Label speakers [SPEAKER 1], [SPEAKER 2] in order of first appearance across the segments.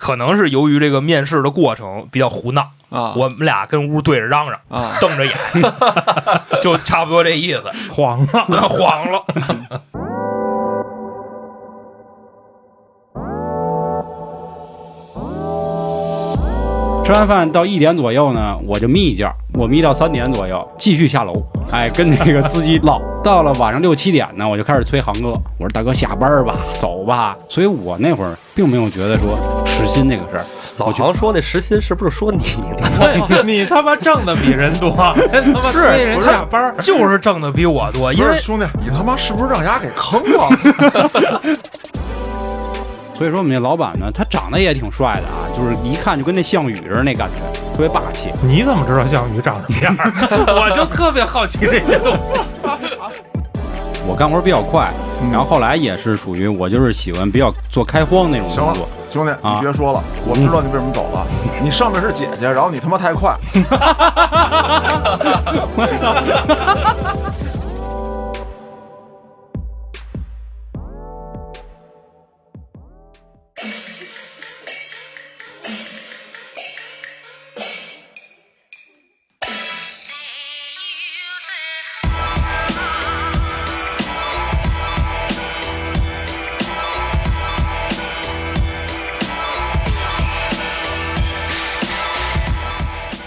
[SPEAKER 1] 可能是由于这个面试的过程比较胡闹，
[SPEAKER 2] 啊，
[SPEAKER 1] 我们俩跟屋对着嚷 嚷，
[SPEAKER 2] 啊，
[SPEAKER 1] 瞪着眼，就差不多这意思，
[SPEAKER 3] 黄了。
[SPEAKER 1] 黄了。
[SPEAKER 3] 吃完饭到一点左右呢，我就眯一觉，我眯到三点左右，继续下楼，哎，跟那个司机唠。到了晚上六七点呢，我就开始催航哥，我说大哥下班吧，走吧。所以我那会儿并没有觉得说时薪这个事儿，
[SPEAKER 4] 老常说那时薪是不是说你 呢？
[SPEAKER 5] 你他妈挣的比人 多，人他妈
[SPEAKER 1] 是
[SPEAKER 5] 催人
[SPEAKER 1] 不是
[SPEAKER 5] 下班儿，
[SPEAKER 1] 就是挣的比我多，因
[SPEAKER 6] 不是
[SPEAKER 1] 为
[SPEAKER 6] 兄弟，你他妈是不是让人家给坑 了？
[SPEAKER 3] 所以说我们那老板呢，他长得也挺帅的啊，就是一看就跟那项羽似的那感觉，特别霸气。
[SPEAKER 5] 你怎么知道项羽长什么样 儿？我就特别好奇这些东西。
[SPEAKER 3] 我干活比较快，然后后来也是属于我就是喜欢比较做开荒那种
[SPEAKER 6] 行
[SPEAKER 3] 工
[SPEAKER 6] 了
[SPEAKER 3] 作。，
[SPEAKER 6] 兄弟，
[SPEAKER 3] 啊
[SPEAKER 6] 你别说了，我知道你为什么走 了。你上面是姐姐，然后你他妈太快。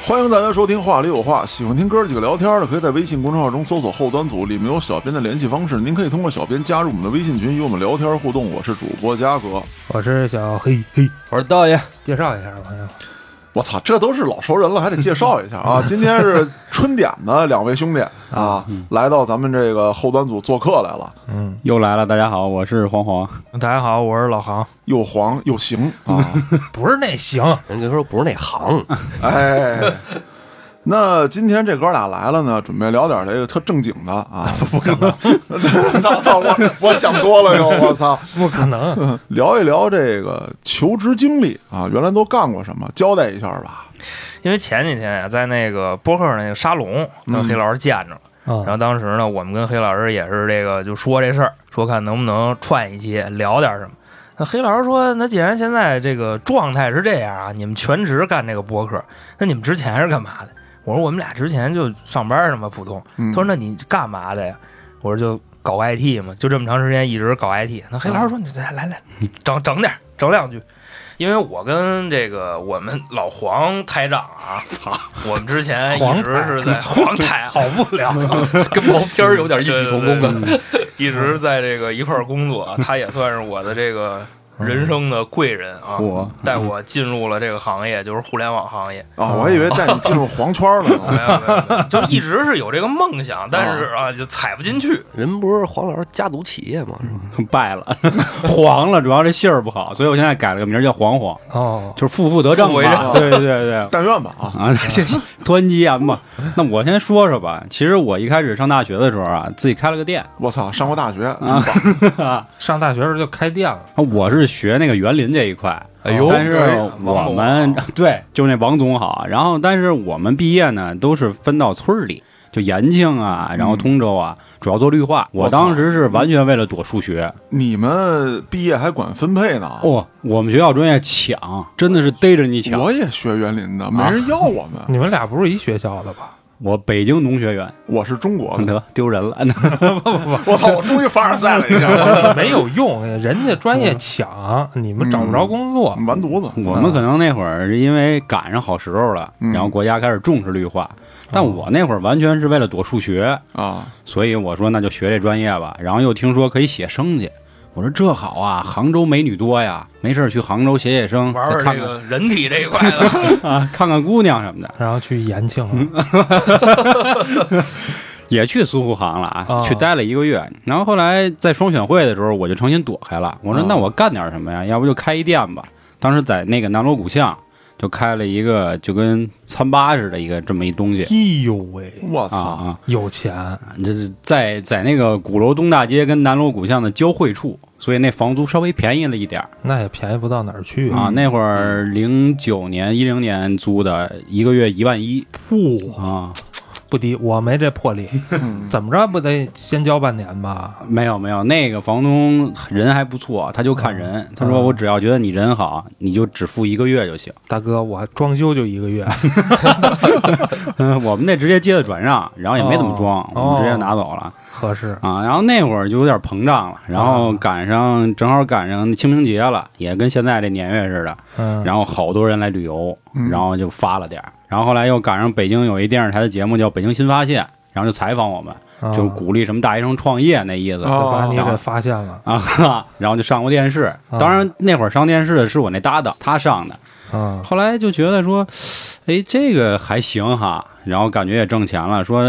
[SPEAKER 6] 欢迎大家收听《话里有话》，喜欢听哥几个聊天的，可以在微信公众号中搜索“后端组”，里面有小编的联系方式，您可以通过小编加入我们的微信群，与我们聊天互动。我是主播嘉哥，
[SPEAKER 5] 我是小黑黑，
[SPEAKER 4] 我说道爷，
[SPEAKER 5] 介绍一下朋友，
[SPEAKER 6] 我操，这都是老熟人了，还得介绍一下啊！ 今天是春点的两位兄弟啊，来到咱们这个后端组做客来了，
[SPEAKER 5] 嗯，
[SPEAKER 3] 又来了，大家好，我是黄黄。
[SPEAKER 1] 大家好，我是老航，
[SPEAKER 6] 又黄又行 啊！
[SPEAKER 5] 不是那行，
[SPEAKER 4] 人家说不是那行，
[SPEAKER 6] 哎，那今天这哥俩来了呢，准备聊点这个特正经的啊， 不可能！操 操，我我想多了又，我操！
[SPEAKER 5] 不可能，
[SPEAKER 6] 聊一聊这个求职经历啊，原来都干过什么，交代一下吧。
[SPEAKER 1] 因为前几天呀，啊在那个播客那个沙龙跟黑老师见着了，然
[SPEAKER 5] 啊，
[SPEAKER 1] 后当时呢，我们跟黑老师也是这个就说这事儿，说看能不能串一期聊点什么。那黑老师说，那既然现在这个状态是这样啊，你们全职干这个播客，那你们之前是干嘛的？我说我们俩之前就上班什么普通。
[SPEAKER 6] 嗯
[SPEAKER 1] 他说那你干嘛的呀？我说就搞 IT 嘛，就这么长时间一直搞 IT。那黑
[SPEAKER 4] 嗯
[SPEAKER 1] 老师说你来来来，整整点儿整两句。因为我跟这个我们老黄台长 啊，操，我们之前一直是在黄台，
[SPEAKER 5] 好不了，
[SPEAKER 4] 跟毛片儿有点异曲同工啊。
[SPEAKER 1] 对一直在这个一块儿工 作，他也算是我的这个人生的贵人啊，
[SPEAKER 3] 我
[SPEAKER 1] 带我进入了这个行业，就是互联网行 业，哎
[SPEAKER 6] 啊，我还以为带你进入黄圈了
[SPEAKER 1] 没 有
[SPEAKER 6] 呢。
[SPEAKER 1] 没有没有就一直是有这个梦想，但是啊，就踩不进去。
[SPEAKER 4] 人不是黄老师家族企业吗？是吧
[SPEAKER 3] 败了，黄了，主要这姓儿不好，所以我现在改了个名儿叫黄黄，
[SPEAKER 5] 哦，
[SPEAKER 3] 就是负负得正
[SPEAKER 4] 负为
[SPEAKER 3] 嘛。对对对对。
[SPEAKER 6] 但愿吧啊，
[SPEAKER 3] 啊， 谢谢，突然机言吧。那我先说说吧。其实我一开始上大学的时候啊，自己开了个店，
[SPEAKER 6] 我操，上过大学，
[SPEAKER 5] 啊上大学时候就开店了，
[SPEAKER 3] 啊我是学那个园林这一块。
[SPEAKER 4] 哎呦
[SPEAKER 3] 但是
[SPEAKER 6] 哎
[SPEAKER 1] 王
[SPEAKER 3] 我
[SPEAKER 1] 总
[SPEAKER 3] 们
[SPEAKER 1] 好
[SPEAKER 3] 对，就那王总好。啊然后，但是我们毕业呢，都是分到村儿里，就延庆啊，然后通州啊，主要做绿化。我
[SPEAKER 6] 我操
[SPEAKER 3] 当时是完全为了躲数学，
[SPEAKER 6] 你们毕业还管分配呢？
[SPEAKER 3] 哦，我们学校专业抢，真的是逮着你抢。
[SPEAKER 6] 我也学园林的，没人要我们。
[SPEAKER 5] 你们俩不是一学校的 吧？
[SPEAKER 3] 我北京农学院，
[SPEAKER 6] 我是中
[SPEAKER 1] 哦
[SPEAKER 6] 国的，
[SPEAKER 3] 得丢人了。
[SPEAKER 6] 我操，我终于凡尔赛了一 下，
[SPEAKER 5] 没有用，人家专业抢，你们找不着工作，
[SPEAKER 1] 嗯
[SPEAKER 6] 完犊子。
[SPEAKER 3] 我们可能那会儿是因为赶上好时候了，
[SPEAKER 6] 嗯
[SPEAKER 3] 然后国家开始重视绿化，但我那会儿完全是为了躲数学，
[SPEAKER 6] 啊，
[SPEAKER 3] 所以我说那就学这专业吧。然后又听说可以写生去，我说这好啊，杭州美女多呀，没事儿去杭州写写生，
[SPEAKER 1] 玩
[SPEAKER 3] 再
[SPEAKER 1] 玩
[SPEAKER 3] 看
[SPEAKER 1] 这
[SPEAKER 3] 看
[SPEAKER 1] 个人体这一块 的，
[SPEAKER 3] 啊，看看姑娘什么的，
[SPEAKER 5] 然后去延庆了，
[SPEAKER 3] 也去苏沪杭了啊，
[SPEAKER 5] 哦
[SPEAKER 3] 去待了一个月。然后后来在双选会的时候，我就成心躲开了，我说
[SPEAKER 6] 哦
[SPEAKER 3] 那我干点什么呀？要不就开一店吧。当时在那个南锣鼓巷就开了一个就跟餐吧似的一个这么一东西。
[SPEAKER 5] 哎呦喂，
[SPEAKER 6] 我
[SPEAKER 3] 啊
[SPEAKER 6] 操，
[SPEAKER 3] 啊！
[SPEAKER 5] 有钱，
[SPEAKER 3] 这是在在那个鼓楼东大街跟南锣鼓巷的交汇处，所以那房租稍微便宜了一点儿
[SPEAKER 5] 那也便宜不到哪儿去
[SPEAKER 3] 啊。那会儿零九年、一零年租的，一个月一万一
[SPEAKER 5] 不
[SPEAKER 3] 啊，
[SPEAKER 4] 不低，我没这魄力，怎么着不得先交半年吧？
[SPEAKER 3] 没有没有，那个房东人还不错，他就看
[SPEAKER 4] 嗯
[SPEAKER 3] 人。他说我只要觉得你人好，你就只付一个月就 行。
[SPEAKER 4] 大哥，我装修就一个月，
[SPEAKER 3] 嗯，我们那直接接的转让，然后也没怎么装
[SPEAKER 4] 哦，
[SPEAKER 3] 我们直接拿走了
[SPEAKER 4] 合适。
[SPEAKER 3] 啊。然后那会儿就有点膨胀了，然后赶上正好赶上清明节了，也跟现在这年月似的，
[SPEAKER 4] 嗯，
[SPEAKER 3] 然后好多人来旅游
[SPEAKER 6] 嗯，
[SPEAKER 3] 然后就发了点儿。然后后来又赶上北京有一电视台的节目叫《北京新发现》，然后就采访我们，
[SPEAKER 4] 啊
[SPEAKER 3] 就鼓励什么大学生创业那意思。
[SPEAKER 4] 就把你
[SPEAKER 3] 然后
[SPEAKER 4] 给发现了
[SPEAKER 3] 啊， 哈，然后就上过电视。
[SPEAKER 4] 啊
[SPEAKER 3] 当然那会儿上电视的是我那搭档，他上的。
[SPEAKER 4] 啊
[SPEAKER 3] 后来就觉得说，哎，这个还行哈，然后感觉也挣钱了，说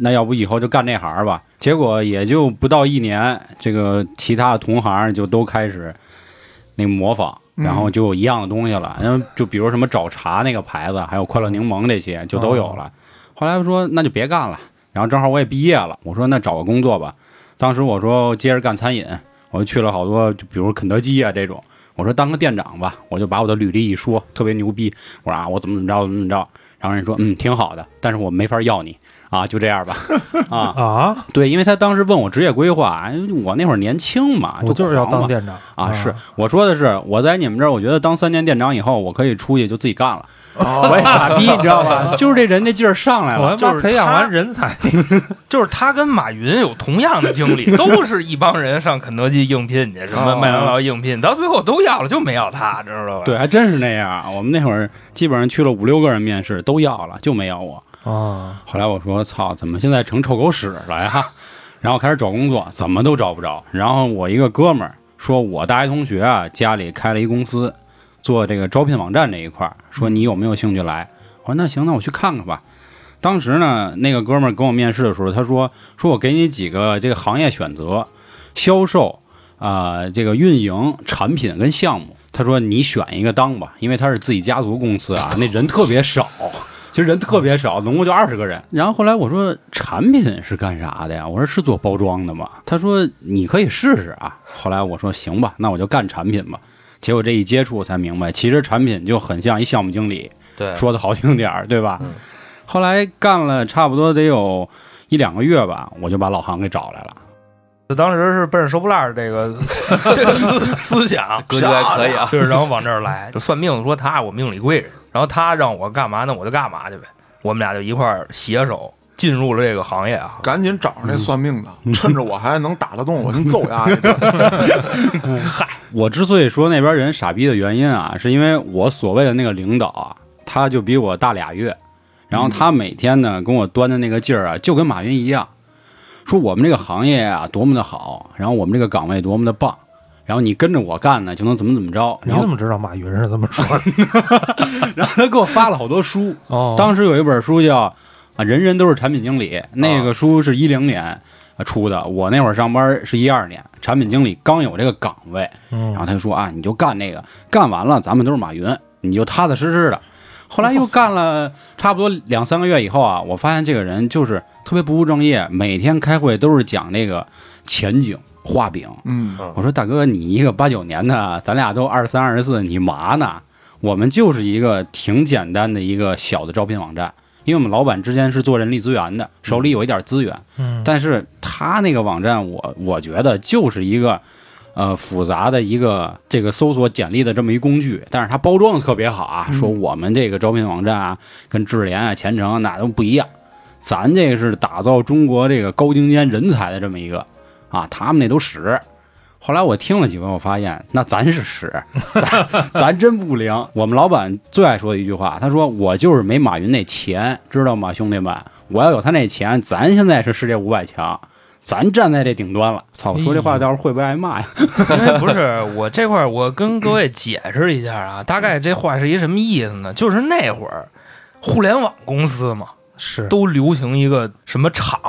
[SPEAKER 3] 那要不以后就干这行吧。结果也就不到一年，这个其他的同行就都开始那个模仿。
[SPEAKER 6] 嗯
[SPEAKER 3] 然后就有一样的东西了，然后就比如什么找茶那个牌子，还有快乐柠檬这些就都有了。后来说那就别干了，然后正好我也毕业了，我说那找个工作吧。当时我说接着干餐饮，我就去了好多，就比如肯德基啊这种。我说当个店长吧，我就把我的履历一说，特别牛逼。我说啊，我怎么怎么着，怎么怎么着。然后人家说，嗯，挺好的，但是我没法要你啊，就这样吧。啊，
[SPEAKER 4] 啊！
[SPEAKER 3] 对，因为他当时问我职业规划，哎我那会儿年轻嘛，
[SPEAKER 4] 我就是要
[SPEAKER 3] 狂嘛
[SPEAKER 4] 当店长
[SPEAKER 3] 啊。是我说的是，我在你们这儿，我觉得当三年店长以后，我可以出去就自己干了。我也傻逼，你知道吧？就是这人那劲儿上来了
[SPEAKER 4] 我。
[SPEAKER 1] 就
[SPEAKER 4] 他
[SPEAKER 1] 是
[SPEAKER 4] 妈培养
[SPEAKER 1] 他
[SPEAKER 4] 完人才，
[SPEAKER 1] 就是他跟马云有同样的经历，都是一帮人上肯德基应聘去，什
[SPEAKER 5] 哦
[SPEAKER 1] 么麦当劳应聘，到最后都要了，就没要他，知道吧？
[SPEAKER 3] 对，还真是那样。啊我们那会儿基本上去了五六个人面试，都要了，就没要我。
[SPEAKER 4] 啊，
[SPEAKER 3] 后来我说操，怎么现在成臭狗屎了呀？ 然后开始找工作，怎么都找不着。然后我一个哥们儿说，我大学同学啊，家里开了一公司，做这个招聘网站这一块儿，说你有没有兴趣来？我说那行，那我去看看吧。当时呢，那个哥们儿跟我面试的时候，他说说我给你几个这个行业选择，销售啊、呃这个运营、产品跟项目。他说你选一个当吧，因为他是自己家族公司啊，那人特别少。其实人特别少，总共就二十个人。然后后来我说产品是干啥的呀？我说是做包装的嘛。他说你可以试试啊。后来我说行吧，那我就干产品吧。结果这一接触我才明白，其实产品就很像一项目经理，
[SPEAKER 1] 对
[SPEAKER 3] 说的好听点儿，对吧？
[SPEAKER 7] 嗯
[SPEAKER 3] 后来干了差不多得有一两个月吧，我就把老杭给找来了。
[SPEAKER 1] 当时是奔着收破烂儿这个 这个思思 想，
[SPEAKER 7] 格局还可以啊。
[SPEAKER 1] 就是然后往这儿来，就算命说他我命里贵人，然后他让我干嘛呢，我就干嘛去呗。我们俩就一块儿携手进入了这个行业啊。
[SPEAKER 6] 赶紧找着那算命的，趁着我还能打得动，我先揍他一顿。
[SPEAKER 3] 我之所以说那边人傻逼的原因啊，是因为我所谓的那个领导啊，他就比我大俩月，然后
[SPEAKER 4] 嗯
[SPEAKER 3] 他每天呢跟我端的那个劲儿啊，就跟马云一样，说我们这个行业啊多么的好，然后我们这个岗位多么的棒，然后你跟着我干呢就能怎么怎么着，
[SPEAKER 4] 你
[SPEAKER 3] 然后
[SPEAKER 4] 怎么知道马云是这么说的？
[SPEAKER 3] 然后他给我发了好多书，
[SPEAKER 4] 哦，
[SPEAKER 3] 当时有一本书叫《啊人人都是产品经理》，那个书是一零年啊出的，我那会儿上班是一二年，产品经理刚有这个岗位。
[SPEAKER 4] 嗯
[SPEAKER 3] 然后他就说啊，你就干那个，干完了咱们都是马云，你就踏踏实实的。后来又干了差不多两三个月以后啊，我发现这个人就是特别不务正业，每天开会都是讲那个前景画饼。
[SPEAKER 6] 嗯，
[SPEAKER 3] 我说大哥，你一个八九年的，咱俩都二十三、二十四，你嘛呢？我们就是一个挺简单的一个小的招聘网站，因为我们老板之前是做人力资源的，手里有一点资源，
[SPEAKER 4] 嗯
[SPEAKER 3] 但是他那个网站我，我觉得就是一个，呃，复杂的一个这个搜索简历的这么一工具，但是它包装的特别好啊，说我们这个招聘网站啊，跟智联啊、前程啊哪都不一样，咱这个是打造中国这个高精尖人才的这么一个啊，他们那都屎。后来我听了几回，我发现那咱是屎，咱咱真不灵。我们老板最爱说的一句话，他说：“我就是没马云那钱，知道吗，兄弟们？我要有他那钱，咱现在是世界五百强，咱站在这顶端了。”操，我说
[SPEAKER 4] 哎
[SPEAKER 3] 这话到时候会不会挨骂呀？
[SPEAKER 1] 因为不是我这块，儿，我跟各位解释一下啊，大概这话是一什么意思呢？就是那会儿互联网公司嘛，
[SPEAKER 4] 是
[SPEAKER 1] 都流行一个什么厂，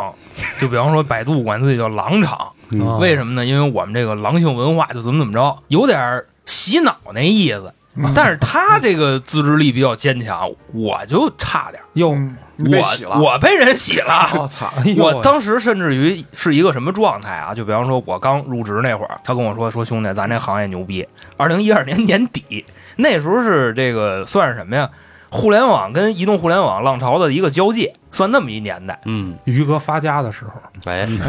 [SPEAKER 1] 就比方说百度管自己叫狼厂，
[SPEAKER 6] 啊
[SPEAKER 4] 嗯
[SPEAKER 1] 为什么呢？因为我们这个狼性文化就怎么怎么着，有点儿洗脑那意思。
[SPEAKER 6] 嗯
[SPEAKER 1] 但是他这个自制力比较坚强，我就差点儿，
[SPEAKER 4] 又
[SPEAKER 6] 你被洗了，
[SPEAKER 1] 我我被人洗了。
[SPEAKER 6] 我操！
[SPEAKER 4] 哎呦
[SPEAKER 1] 我当时甚至于是一个什么状态啊？就比方说，我刚入职那会儿，他跟我说说兄弟，咱这行业牛逼。二零一二年年底，那时候是这个算是什么呀？
[SPEAKER 8] 互联网跟移动互联网浪潮的一个交界，算那么一年代。
[SPEAKER 4] 嗯，
[SPEAKER 1] 于哥发家的时候，
[SPEAKER 4] 哎，
[SPEAKER 3] 嗯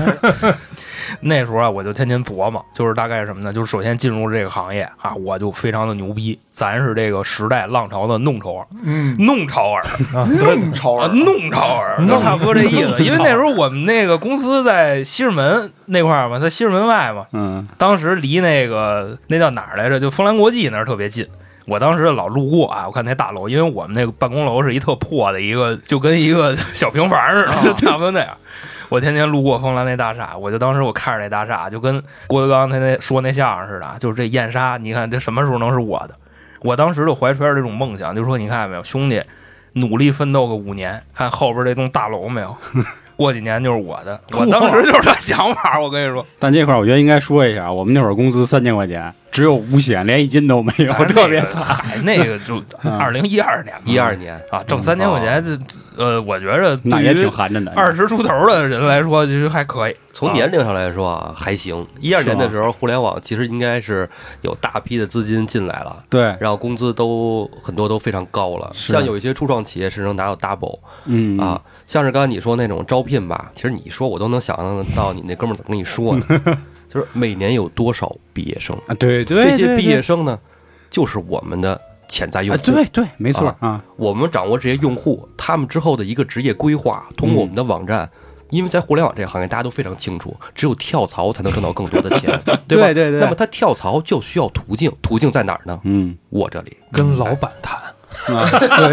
[SPEAKER 8] 那时候啊，我就天天琢磨，就是大概什么呢？就是首先进入这个行业啊，我就非常的牛逼，咱是这个时代浪潮的弄潮儿，
[SPEAKER 1] 嗯，
[SPEAKER 8] 弄潮儿
[SPEAKER 6] 弄潮
[SPEAKER 8] 啊
[SPEAKER 6] 儿，，
[SPEAKER 8] 弄潮儿，都差不多这意思。因为那时候我们那个公司在西直门那块儿嘛，在西直门外嘛，
[SPEAKER 3] 嗯，
[SPEAKER 8] 当时离那个那叫哪儿来着？就丰兰国际那儿特别近。我当时老路过啊，我看那大楼，因为我们那个办公楼是一特破的一个，就跟一个 小平房似的，就 差不多那样。我天天路过丰兰那大厦，我就当时我看着那大厦，就跟郭德纲他那说那相声似的啊，就是这燕莎，你看这什么时候能是我的？我当时就怀揣着这种梦想，就说你看见没有，兄弟，努力奋斗个五年，看后边这栋大楼没有，过几年就是我的。我当时就是这想法，我跟你说。
[SPEAKER 3] 但这块儿我觉得应该说一下，我们那会儿工资三千块钱，只有五险，连一金都没有，
[SPEAKER 8] 咱
[SPEAKER 3] 特别惨。
[SPEAKER 8] 嗨，那个就
[SPEAKER 3] 嗯
[SPEAKER 8] 二零一二年嘛，
[SPEAKER 4] 一二年，
[SPEAKER 8] 啊，挣三千块钱，这呃，我觉着
[SPEAKER 3] 哦那
[SPEAKER 8] 对
[SPEAKER 3] 也挺
[SPEAKER 8] 于
[SPEAKER 3] 寒碜的。
[SPEAKER 8] 二十出头的人来说，其实还可以。
[SPEAKER 4] 从年龄上来说啊，还行。一二
[SPEAKER 3] 是吗
[SPEAKER 4] 年的时候，互联网其实应该是有大批的资金进来了。
[SPEAKER 3] 对，
[SPEAKER 4] 然后工资都很多都非常高了，
[SPEAKER 3] 是
[SPEAKER 4] 像有一些初创企业是能拿到 double
[SPEAKER 3] 嗯，
[SPEAKER 4] 啊，像是刚才你说那种招聘吧，其实你一说我都能想象到你那哥们儿怎么跟你 说呢，就是每年有多少毕业生，
[SPEAKER 3] 啊，对对，
[SPEAKER 4] 这些
[SPEAKER 3] 对
[SPEAKER 4] 毕业生呢，就是我们的潜在用
[SPEAKER 3] 啊，
[SPEAKER 4] 户，
[SPEAKER 3] 对对，没错
[SPEAKER 4] 啊
[SPEAKER 3] 啊，
[SPEAKER 4] 我们掌握这些用户，他们之后的一个职业规划，通过我们的网站。因为在互联网这个行业，大家都非常清楚，只有跳槽才能挣到更多的钱， 对吧？
[SPEAKER 3] 对对对
[SPEAKER 4] 那么他跳槽就需要途径，途径在哪儿呢？
[SPEAKER 3] 嗯，
[SPEAKER 4] 我这里，
[SPEAKER 1] 跟老板谈，
[SPEAKER 3] 啊，对 对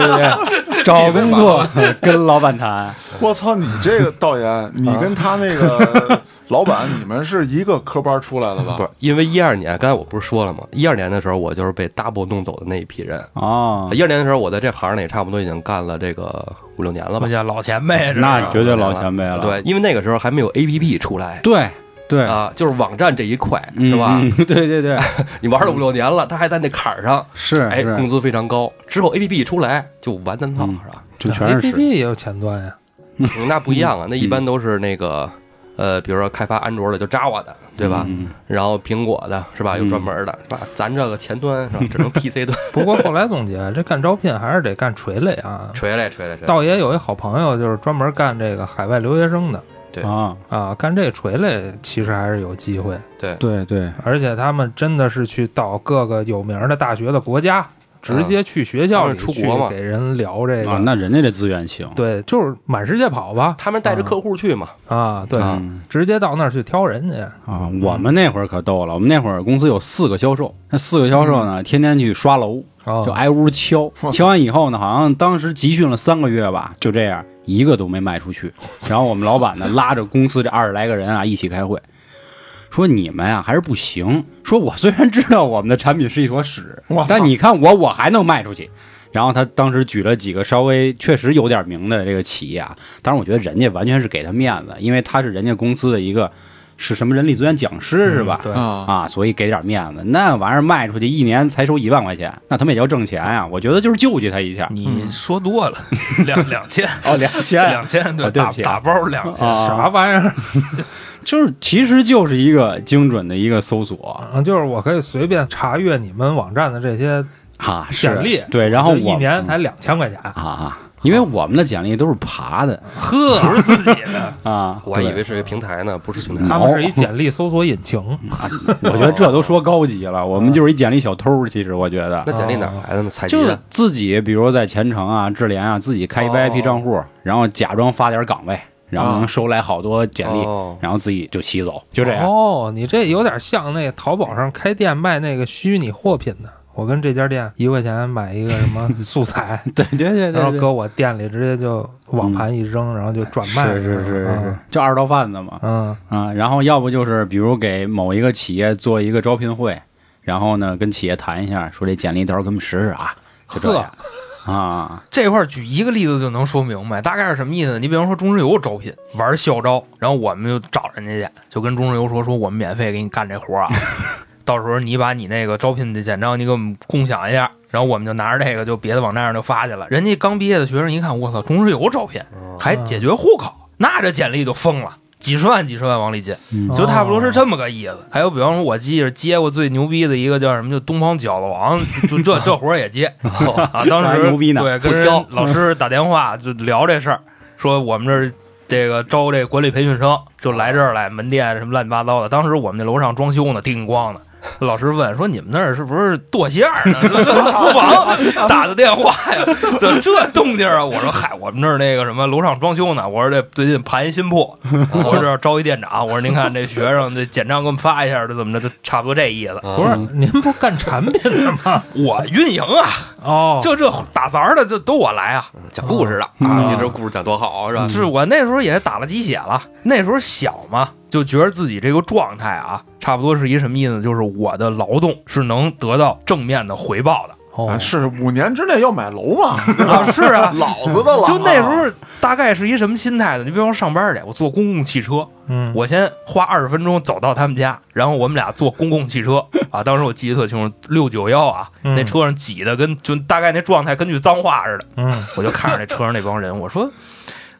[SPEAKER 3] 对，找工作 跟老板谈，
[SPEAKER 6] 我操！你这个导演，你跟他那个老板，你们是一个科班出来的
[SPEAKER 4] 不
[SPEAKER 6] 吧？
[SPEAKER 4] 是，因为一二年，刚才我不是说了吗？一二年的时候，我就是被 double 弄走的那一批人。
[SPEAKER 3] 哦，
[SPEAKER 4] 一二年的时候，我在这行里差不多已经干了这个五六年了吧
[SPEAKER 8] 嗯我，叫老前辈，这
[SPEAKER 3] 那
[SPEAKER 8] 是
[SPEAKER 3] 绝对老前辈了，
[SPEAKER 4] 对，因为那个时候还没有 A P P 出来
[SPEAKER 3] 对对，
[SPEAKER 4] 啊，就是网站这一块
[SPEAKER 3] 嗯
[SPEAKER 4] 是吧？
[SPEAKER 3] 嗯 对对对，
[SPEAKER 4] 你玩了五六年了，他还在那坎儿上，
[SPEAKER 3] 是
[SPEAKER 4] 哎，工
[SPEAKER 3] 是，
[SPEAKER 4] 资非常高。之后 A P P 一出来就完蛋套
[SPEAKER 3] 嗯
[SPEAKER 4] 是吧？
[SPEAKER 3] 就
[SPEAKER 4] 哎
[SPEAKER 3] 全是
[SPEAKER 1] A P
[SPEAKER 3] 实
[SPEAKER 1] P 也有前端呀，
[SPEAKER 4] 嗯那不一 样啊，那一般都是那个呃，比如说开发安卓的就 Java 的，对吧？
[SPEAKER 3] 嗯
[SPEAKER 4] 然后苹果的是吧？有专门的是吧？咱这个前端是吧？只能 P C 端
[SPEAKER 1] 不过后来总结，这干招聘还是得干垂类啊。
[SPEAKER 4] 锤来锤来锤来。
[SPEAKER 1] 道爷有一好朋友，就是专门干这个海外留学生的
[SPEAKER 4] 对
[SPEAKER 3] 啊，
[SPEAKER 1] 啊，干这垂类其实还是有机会，
[SPEAKER 4] 对，
[SPEAKER 3] 对对，
[SPEAKER 1] 而且他们真的是去到各个有名的大学的国家，直接去学校
[SPEAKER 4] 他
[SPEAKER 1] 里
[SPEAKER 4] 们出
[SPEAKER 1] 去
[SPEAKER 4] 国嘛
[SPEAKER 1] 给人聊这
[SPEAKER 3] 啊，
[SPEAKER 1] 个，
[SPEAKER 3] 那人家这资源行，
[SPEAKER 1] 对，就是满世界跑吧
[SPEAKER 4] 他们带着客户去嘛，
[SPEAKER 1] 啊，对，
[SPEAKER 4] 啊
[SPEAKER 3] 嗯
[SPEAKER 1] 直接到那儿去挑人去，
[SPEAKER 3] 啊，我们那会儿可逗了，我们那会儿公司有四个销售，那四个销售
[SPEAKER 4] 嗯
[SPEAKER 3] 呢，天天去刷楼，
[SPEAKER 4] 哦
[SPEAKER 1] 啊
[SPEAKER 3] 就挨屋敲，
[SPEAKER 6] 哇
[SPEAKER 3] 敲完以后呢，好像当时集训了三个月吧，就这样一个都没卖出去。然后我们老板呢，拉着公司这二十来个人啊一起开会，说你们啊还是不行。说我虽然知道我们的产品是一坨屎
[SPEAKER 6] 我， 操
[SPEAKER 3] 但你看我我还能卖出去。然后他当时举了几个稍微确实有点名的这个企业啊，当然我觉得人家完全是给他面子，因为他是人家公司的一个是什么人力资源讲师是吧？
[SPEAKER 1] 对，
[SPEAKER 6] 啊，
[SPEAKER 3] 啊，所以给点面子，那玩意儿卖出去一年才收一万块钱，那他们也叫挣钱呀、我觉得就是救济他一下。
[SPEAKER 8] 你说 多了，两两千，
[SPEAKER 3] 哦，两千
[SPEAKER 1] 哎
[SPEAKER 8] 两千，
[SPEAKER 3] 哦对
[SPEAKER 8] 对，打
[SPEAKER 3] 不起啊
[SPEAKER 8] 打包两千。
[SPEAKER 3] 啊
[SPEAKER 1] 啥玩意儿？
[SPEAKER 3] 就是其实就是一个精准的一个搜索
[SPEAKER 1] 嗯，就是我可以随便查阅你们网站的这些，
[SPEAKER 3] 啊，是
[SPEAKER 1] 简历
[SPEAKER 3] 对，然后
[SPEAKER 1] 就一
[SPEAKER 3] 我嗯
[SPEAKER 1] 年才两千块钱，
[SPEAKER 3] 啊啊，因为我们的简历都是爬的
[SPEAKER 8] 呵，不是自己的，
[SPEAKER 3] 啊，
[SPEAKER 4] 我还以
[SPEAKER 3] 对
[SPEAKER 4] 为是一个平台呢，不是平
[SPEAKER 3] 嗯
[SPEAKER 4] 台。
[SPEAKER 1] 他们是一简历搜索引擎，
[SPEAKER 3] 我觉得这都说高级了，我们就是一简历小偷儿，其实我觉得
[SPEAKER 4] 那简历哪来的呢？采集
[SPEAKER 3] 哦就是
[SPEAKER 4] 的。
[SPEAKER 3] 自己，比如在前程啊、智联啊，自己开一
[SPEAKER 4] 哦
[SPEAKER 3] VIP 账户，然后假装发点岗位，然后
[SPEAKER 6] 啊
[SPEAKER 3] 能收来好多简历，
[SPEAKER 4] 哦
[SPEAKER 3] 然后自己就吸走，就这样。
[SPEAKER 1] 哦，你这有点像那个淘宝上开店卖那个虚拟货品的。我跟这家店一块钱买一个什么素材，
[SPEAKER 3] 对对对
[SPEAKER 1] 然后搁我店里直接就网盘一扔，然后就转卖。嗯
[SPEAKER 3] 是是是是
[SPEAKER 1] 吧
[SPEAKER 3] 是，就二道贩子嘛
[SPEAKER 1] 嗯，
[SPEAKER 3] 啊。然后要不就是比如给某一个企业做一个招聘会，然后呢跟企业谈一下，说这简历到时候给我们试试啊，就这样啊。
[SPEAKER 8] 这块儿举一个例子就能说明白，大概是什么意思？你比方说中石油招聘玩校招，然后我们就找人家去，就跟中石油说说我们免费给你干这活儿啊，到时候你把你那个招聘的简章你给我们共享一下，然后我们就拿着这个就别的网站上就发去了。人家刚毕业的学生一看，我操，中石油招聘还解决户口，那这简历就疯了。几十万几十万往里进，
[SPEAKER 3] 嗯
[SPEAKER 8] 就差不多是
[SPEAKER 1] 哦
[SPEAKER 8] 这么个意思。还有，比方说，我记着接过最牛逼的一个叫什么，就东方饺子王，就这这活儿也接啊。当时
[SPEAKER 3] 这还牛逼呢
[SPEAKER 8] 对，
[SPEAKER 4] 不
[SPEAKER 8] 跟人
[SPEAKER 4] 挑
[SPEAKER 8] 老师打电话就聊这事儿，说我们这儿这个招这管理培训生，就来这儿来门店什么乱七八糟的。当时我们那楼上装修呢，叮咣的。老师问说：“你们那儿是不是剁馅儿呢？这上厨 房打的电话呀？怎么这动静啊？”我说：“嗨，我们这儿那个什么楼上装修呢。我说这最近盘一新铺，我说这要招一店长，我说您看这学生这简章给我们发一下，这怎么着，就差不多这意思。
[SPEAKER 4] 啊
[SPEAKER 1] 不是，您不干产品的吗？
[SPEAKER 8] 我运营啊，
[SPEAKER 1] 哦，
[SPEAKER 8] 就这打杂的就都我来啊。
[SPEAKER 4] 嗯
[SPEAKER 8] 嗯
[SPEAKER 4] 讲故事的
[SPEAKER 3] 嗯
[SPEAKER 4] 啊，你这故事讲多好是吧？
[SPEAKER 8] 就是我那时候也是打了鸡血了，那时候小嘛，就觉得自己这个状态啊，差不多是一什么意思？就是我的劳动是能得到正面的回报的。
[SPEAKER 1] 哦
[SPEAKER 6] 哎，是五年之内要买楼嘛？
[SPEAKER 8] 啊，是啊，
[SPEAKER 6] 老子的了。
[SPEAKER 8] 就那时候大概是一什么心态呢？你比方说上班去，我坐公共汽车，
[SPEAKER 1] 嗯，
[SPEAKER 8] 我先花二十分钟走到他们家，然后我们俩坐公共汽车啊，当时我记得特清楚，六九幺啊，
[SPEAKER 1] 嗯
[SPEAKER 8] 那车上挤的跟就大概那状态跟句脏话似的，
[SPEAKER 1] 嗯
[SPEAKER 8] 我就看着那车上那帮人，我说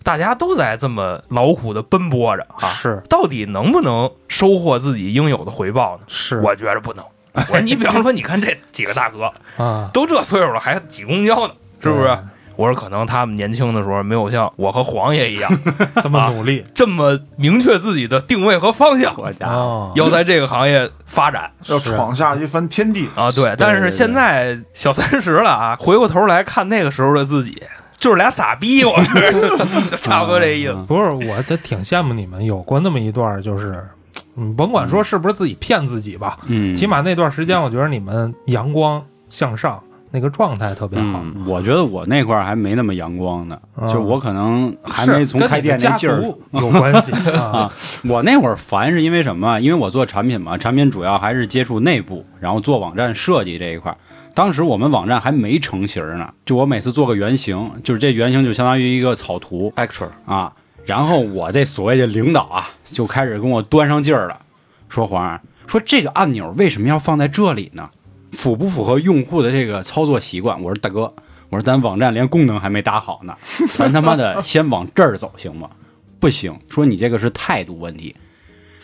[SPEAKER 8] 大家都在这么劳苦的奔波着啊，
[SPEAKER 1] 是
[SPEAKER 8] 到底能不能收获自己应有的回报呢？
[SPEAKER 1] 是
[SPEAKER 8] 我觉着不能。我说你比方说，你看这几个大哥
[SPEAKER 1] 啊，
[SPEAKER 8] 都这岁数了，还挤公交呢，是不是
[SPEAKER 1] 对？
[SPEAKER 8] 我说可能他们年轻的时候没有像我和黄爷一样
[SPEAKER 1] 这么努力
[SPEAKER 8] 这么明确自己的定位和方向。
[SPEAKER 3] 我家伙
[SPEAKER 1] 哦，
[SPEAKER 8] 要在这个行业发展
[SPEAKER 6] 要闯下一番天地，
[SPEAKER 8] 啊，对。但是现在小三十了啊，回过头来看那个时候的自己，就是俩傻逼，我觉 得差不多这意思。
[SPEAKER 1] 不是，我这挺羡慕你们有过那么一段儿，就是你甭管说是不是自己骗自己吧，
[SPEAKER 3] 嗯，
[SPEAKER 1] 起码那段时间，我觉得你们阳光向上，那个状态特别好。
[SPEAKER 3] 嗯，我觉得我那块儿还没那么阳光呢，
[SPEAKER 1] 啊
[SPEAKER 3] 就我可能还
[SPEAKER 1] 是
[SPEAKER 3] 没从
[SPEAKER 1] 跟
[SPEAKER 3] 开
[SPEAKER 1] 你
[SPEAKER 3] 店
[SPEAKER 1] 的
[SPEAKER 3] 那
[SPEAKER 1] 家
[SPEAKER 3] 劲儿
[SPEAKER 1] 族有关系啊
[SPEAKER 3] 啊。我那会儿烦是因为什么？因为我做产品嘛，产品主要还是接触内部，然后做网站设计这一块儿。当时我们网站还没成型呢，就我每次做个原型，就是这原型就相当于一个草图
[SPEAKER 4] action
[SPEAKER 3] 啊。然后我这所谓的领导啊，就开始跟我端上劲儿了，说黄儿，说这个按钮为什么要放在这里呢？符不符合用户的这个操作习惯？我说大哥，我说咱网站连功能还没搭好呢， 咱他妈的先往这儿走行吗？不行，说你这个是态度问题。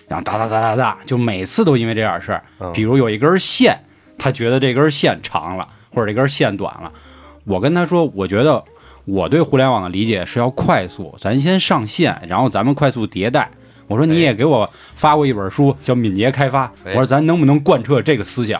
[SPEAKER 3] 然后哒哒哒哒哒，就每次都因为这点事儿
[SPEAKER 4] 嗯，
[SPEAKER 3] 比如有一根线，他觉得这根线长了，或者这根线短了，我跟他说，我觉得我对互联网的理解是要快速，咱先上线，然后咱们快速迭代。我说你也给我发过一本书叫《敏捷开发》，
[SPEAKER 4] 哎
[SPEAKER 3] 我说咱能不能贯彻这个思想？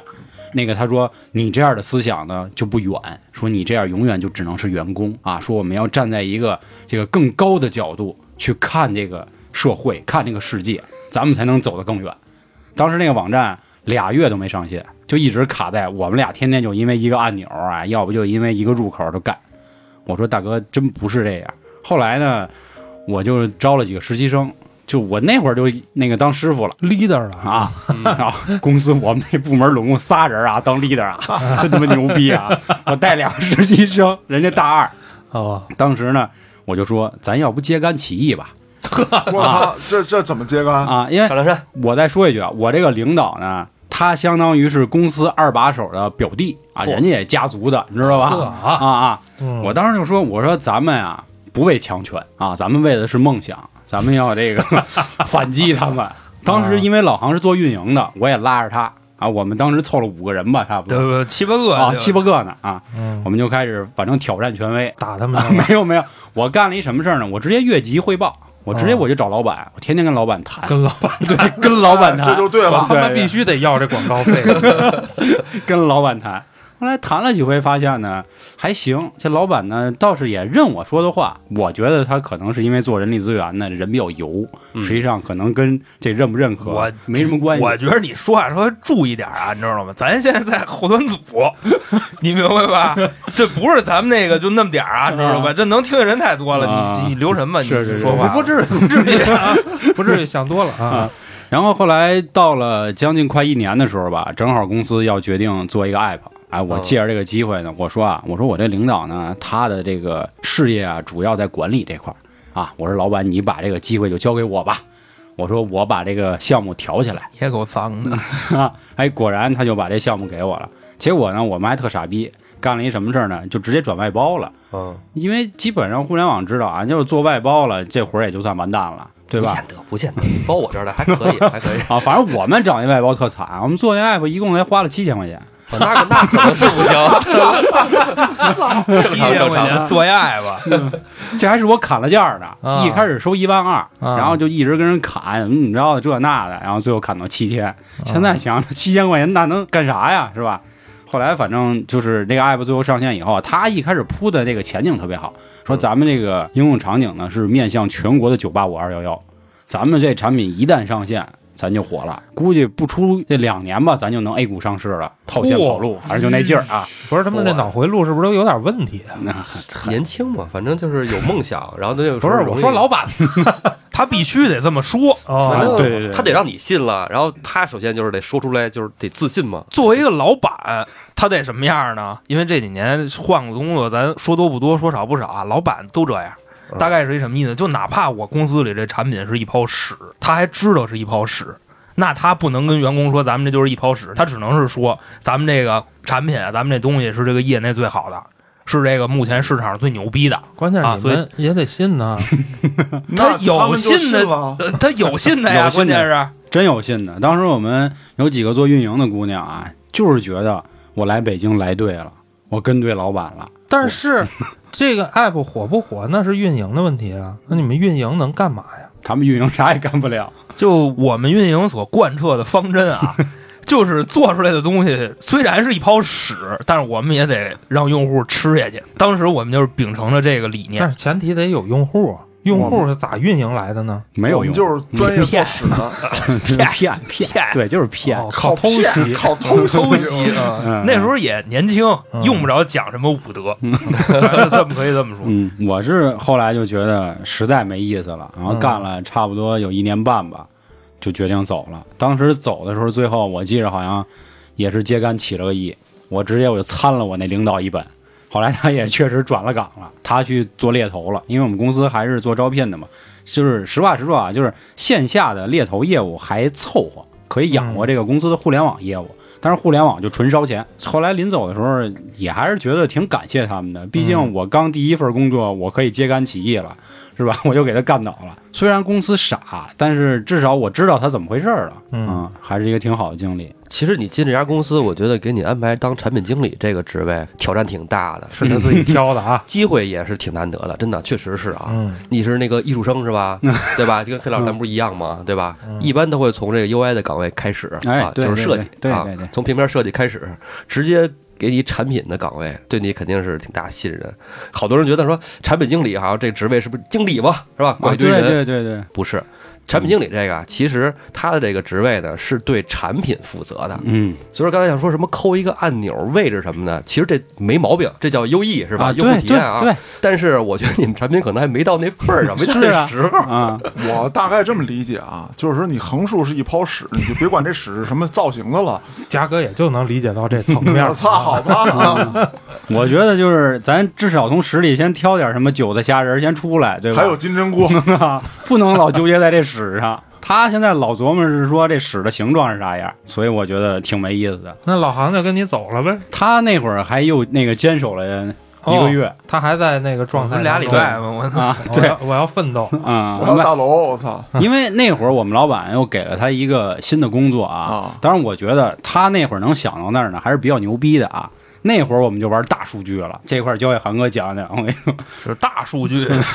[SPEAKER 3] 那个他说你这样的思想呢就不远，说你这样永远就只能是员工啊，说我们要站在一个这个更高的角度去看这个社会，看这个世界，咱们才能走得更远。当时那个网站俩月都没上线，就一直卡在我们俩天天就因为一个按钮啊，要不就因为一个入口就干。我说大哥，真不是这样。后来呢，我就招了几个实习生，就我那会儿就那个当师傅了。
[SPEAKER 1] ，leader 了，
[SPEAKER 3] 啊，然后公司我们那部门拢共仨人啊，当 leader 啊，真他妈牛逼啊！我带俩实习生，人家大二。
[SPEAKER 1] 哦，
[SPEAKER 3] 当时呢，我就说，咱要不揭竿起义吧？
[SPEAKER 6] 我操，这这怎么揭竿？
[SPEAKER 3] 啊，
[SPEAKER 8] 嗯
[SPEAKER 3] 因为
[SPEAKER 4] 赵梁山
[SPEAKER 3] 我再说一句啊，我这个领导呢，他相当于是公司二把手的表弟啊，
[SPEAKER 4] 嚯
[SPEAKER 3] 人家也家族的，你知道吧？
[SPEAKER 1] 呵
[SPEAKER 3] 啊
[SPEAKER 1] 啊，
[SPEAKER 3] 啊！
[SPEAKER 1] 嗯
[SPEAKER 3] 我当时就说，我说咱们啊，不为强权啊，咱们为的是梦想，咱们要 这个反击他们。当时因为老航是做运营的，我也拉着他啊，我们当时凑了五个人吧，差不
[SPEAKER 8] 对
[SPEAKER 3] 多
[SPEAKER 8] 不？七八个
[SPEAKER 3] 啊，
[SPEAKER 8] 对吧
[SPEAKER 3] 七八个呢啊，
[SPEAKER 1] 嗯
[SPEAKER 3] 我们就开始反正挑战权威，
[SPEAKER 1] 打他们
[SPEAKER 3] 啊，没有没有，我干了一什么事儿呢？我直接越级汇报，我直接我就找老板，我天天哦跟老板谈，
[SPEAKER 1] 跟老板，
[SPEAKER 3] 对，跟老板
[SPEAKER 6] 哎这
[SPEAKER 3] 谈，
[SPEAKER 6] 就对了。
[SPEAKER 1] 他们必须得要这广告 费。
[SPEAKER 3] 跟老板谈。后来谈了几回，发现呢还行，这老板呢倒是也认我说的话。我觉得他可能是因为做人力资源呢，人比较油，实际上可能跟这认不认
[SPEAKER 8] 嗯我
[SPEAKER 3] 可没什么关系。
[SPEAKER 8] 我觉得你说话说注意点啊，你知道吗？咱现在在后 端组，你明白吧？这不是咱们那个就那么点儿啊，你知道吧？这能听的人太多了，
[SPEAKER 3] 啊
[SPEAKER 8] 你你留神吧，你
[SPEAKER 3] 是是是
[SPEAKER 8] 说话
[SPEAKER 1] 不至于，不至于 啊，不至于想多了啊
[SPEAKER 3] 啊。然后后来到了将近快一年的时候吧，正好公司要决定做一个 app。哎，我
[SPEAKER 4] 哦
[SPEAKER 3] 借着这个机会呢，我说啊，我说我这领导呢，他的这个事业啊，主要在管理这块儿啊。我说老板，你把这个机会就交给我吧。我说我把这个项目挑起来。
[SPEAKER 8] 也够脏的。
[SPEAKER 3] 啊，哎，果然他就把这项目给我了。结果呢，我们还特傻逼，干了一什么事儿呢？就直接转外包了，
[SPEAKER 4] 嗯，
[SPEAKER 3] 因为基本上互联网知道啊，就是做外包了，这活儿也就算完蛋了，对
[SPEAKER 4] 不
[SPEAKER 3] 吧？
[SPEAKER 4] 见得，不见得，包我这儿的还可以，还可以。
[SPEAKER 3] 啊，反正我们找那外包特惨，我们做那 app 一共才花了七千块钱，
[SPEAKER 4] 啊那可那可能是 不行， 正常正常。
[SPEAKER 8] 做爱吧，
[SPEAKER 3] 嗯这还是我砍了价儿的，
[SPEAKER 8] 啊
[SPEAKER 3] 一开始收一万二、
[SPEAKER 8] 啊
[SPEAKER 3] 然后就一直跟人砍，嗯怎么怎么着的这那的，然后最后砍到七
[SPEAKER 8] 啊
[SPEAKER 3] 千。现在想想七千块钱那能干啥呀，是吧？后来反正就是这个 app 最后上线以后，它一开始铺的这个前景特别好，
[SPEAKER 8] 嗯
[SPEAKER 3] 说咱们这个应用场景呢是面向全国的九八五二幺幺，咱们这产品一旦上线。咱就火了，估计不出这两年吧，咱就能 A 股上市了，套现跑路，反正就那劲儿啊。
[SPEAKER 1] 不是他们这脑回路是不是都有点问题啊？
[SPEAKER 3] 那很很
[SPEAKER 4] 年轻嘛，反正就是有梦想，然后他就
[SPEAKER 1] 不是，我说老板
[SPEAKER 8] 他必须得这么说。
[SPEAKER 1] 哦
[SPEAKER 4] 反正
[SPEAKER 3] 对对对
[SPEAKER 4] 他得让你信了，然后他首先就是得说出来，就是得自信嘛。
[SPEAKER 8] 作为一个老板，他得什么样呢？因为这几年换过工作，咱说多不多，说少不少啊。老板都这样，
[SPEAKER 4] 嗯
[SPEAKER 8] 大概是一什么意思？就哪怕我公司里这产品是一泡屎，他还知道是一泡屎，那他不能跟员工说咱们这就是一泡屎，他只能是说咱们这个产品啊，咱们这东西是这个业内最好的，是这个目前市场上最牛逼 的。
[SPEAKER 1] 关键是
[SPEAKER 8] 啊
[SPEAKER 1] 你
[SPEAKER 8] 所以
[SPEAKER 1] 们也得信呐，
[SPEAKER 8] 他
[SPEAKER 6] 那他
[SPEAKER 8] 有
[SPEAKER 6] 们就
[SPEAKER 8] 信
[SPEAKER 6] 信
[SPEAKER 8] 的
[SPEAKER 6] 了，
[SPEAKER 8] 呃他有信的呀，
[SPEAKER 3] 有信
[SPEAKER 8] 关
[SPEAKER 3] 的
[SPEAKER 8] 键是
[SPEAKER 3] 真有信的。当时我们有几个做运营的姑娘啊，就是觉得我来北京来对了，我跟对老板了。
[SPEAKER 1] 但是这个 app 火不火那是运营的问题啊。那你们运营能干嘛呀？
[SPEAKER 3] 他们运营啥也干不了，
[SPEAKER 8] 就我们运营所贯彻的方 针啊，就是做出来的东西虽然是一泡屎，但是我们也得让用户吃下去。当时我们就是秉承了这个理
[SPEAKER 1] 但
[SPEAKER 8] 念，
[SPEAKER 1] 是前提得有用户啊，用户是咋运营来的呢？
[SPEAKER 3] 没有
[SPEAKER 6] 我们
[SPEAKER 3] 用，
[SPEAKER 6] 就是专业做屎的，
[SPEAKER 3] 骗骗骗，对，就是骗。
[SPEAKER 1] 哦
[SPEAKER 6] 靠
[SPEAKER 1] 偷
[SPEAKER 6] 骗
[SPEAKER 1] 袭
[SPEAKER 6] 靠偷
[SPEAKER 8] 偷
[SPEAKER 6] 袭
[SPEAKER 8] 袭啊！
[SPEAKER 3] 嗯、
[SPEAKER 8] 那时候也年轻，
[SPEAKER 1] 嗯
[SPEAKER 8] 用不着讲什么武德，咱这么可以这么说。
[SPEAKER 3] 嗯，我是后来就觉得实在没意思了，然后
[SPEAKER 1] 嗯
[SPEAKER 3] 干了差不多有一年半吧，就决定走了。当时走的时候，最后我记着好像也是揭竿起了个义，我直接我就参了我那领导一本。后来他也确实转了岗了，他去做猎头了，因为我们公司还是做招聘的嘛。就是实话实说啊，就是线下的猎头业务还凑合，可以养活这个公司的互联网业务。但是互联网就纯烧钱。后来临走的时候，也还是觉得挺感谢他们的，毕
[SPEAKER 4] 嗯
[SPEAKER 3] 竟我刚第一份工作，我可以揭竿起义了，是吧？ 我就给他干倒了。虽然公司傻，但是至少我知道他怎么回事儿了。啊
[SPEAKER 1] 嗯
[SPEAKER 3] 还是一个挺好的经历。
[SPEAKER 4] 其实你进这家公司，我觉得给你安排当产品经理这个职位挑战挺大的，。
[SPEAKER 1] 是他自己挑的啊
[SPEAKER 4] 机会也是挺难得的，真的，确实是啊。
[SPEAKER 1] 嗯，
[SPEAKER 4] 你是那个艺术生是吧？
[SPEAKER 3] 嗯
[SPEAKER 4] 对吧？就跟黑老师咱们不是一样吗？对吧？
[SPEAKER 1] 嗯
[SPEAKER 4] 一般都会从这个 UI 的岗位开始
[SPEAKER 3] 哎
[SPEAKER 4] 啊，
[SPEAKER 3] 对
[SPEAKER 4] 就是设计
[SPEAKER 3] 对对
[SPEAKER 4] 啊
[SPEAKER 3] 对对，
[SPEAKER 4] 从平面设计开始，直接给你产品的岗位，对你肯定是挺大信任。好多人觉得说产品经理好像这职位是不是经理嘛，是吧？管
[SPEAKER 3] 啊，
[SPEAKER 4] 一堆
[SPEAKER 3] 对对
[SPEAKER 4] 人，
[SPEAKER 3] 对对，
[SPEAKER 4] 不是。产品经理这个啊，其实他的这个职位呢是对产品负责的，
[SPEAKER 3] 嗯，
[SPEAKER 4] 所以说刚才想说什么抠一个按钮位置什么的，其实这没毛病，这叫优异是
[SPEAKER 3] 是
[SPEAKER 4] 吧？用
[SPEAKER 3] 对
[SPEAKER 4] 户体
[SPEAKER 3] 对
[SPEAKER 4] 验啊。
[SPEAKER 3] 对
[SPEAKER 4] 但是我觉得你们产品可能还没到那份儿上，没到
[SPEAKER 3] 是啊
[SPEAKER 4] 那时候。
[SPEAKER 3] 啊，
[SPEAKER 6] 我大概这么理解啊，就是说你横竖是一泡屎，你就别管这屎是什么造型的了，
[SPEAKER 1] 嘉哥也就能理解到这层面
[SPEAKER 6] 我。擦，好吧啊，
[SPEAKER 3] 我觉得就是咱至少从屎里先挑点什么韭菜虾仁儿先出来，对吧？
[SPEAKER 6] 还有金针菇，
[SPEAKER 3] 啊，不能老纠结在这屎上。他现在老琢磨是说这屎的形状是啥样，所以我觉得挺没意思的。
[SPEAKER 1] 那老韩就跟你走了呗，
[SPEAKER 3] 他那会儿还又那个坚守了一个月
[SPEAKER 1] 他还在那个状
[SPEAKER 8] 哦我
[SPEAKER 1] 态
[SPEAKER 8] 们
[SPEAKER 1] 当中。
[SPEAKER 8] 俩礼拜嘛，
[SPEAKER 4] 哦
[SPEAKER 8] 我操！
[SPEAKER 3] 啊，
[SPEAKER 1] 我
[SPEAKER 3] 对
[SPEAKER 1] 要我要奋斗。
[SPEAKER 3] 啊
[SPEAKER 6] 我，要大楼，我操，
[SPEAKER 3] 因为那会儿我们老板又给了他一个新的工作啊
[SPEAKER 4] 哦
[SPEAKER 6] 啊。
[SPEAKER 3] 当然，我觉得他那会儿能想到那儿呢，还是比较牛逼的啊。那会儿我们就玩大数据了，这块儿交给韩哥讲讲。我跟你说，
[SPEAKER 8] 是大数据。
[SPEAKER 1] 嗯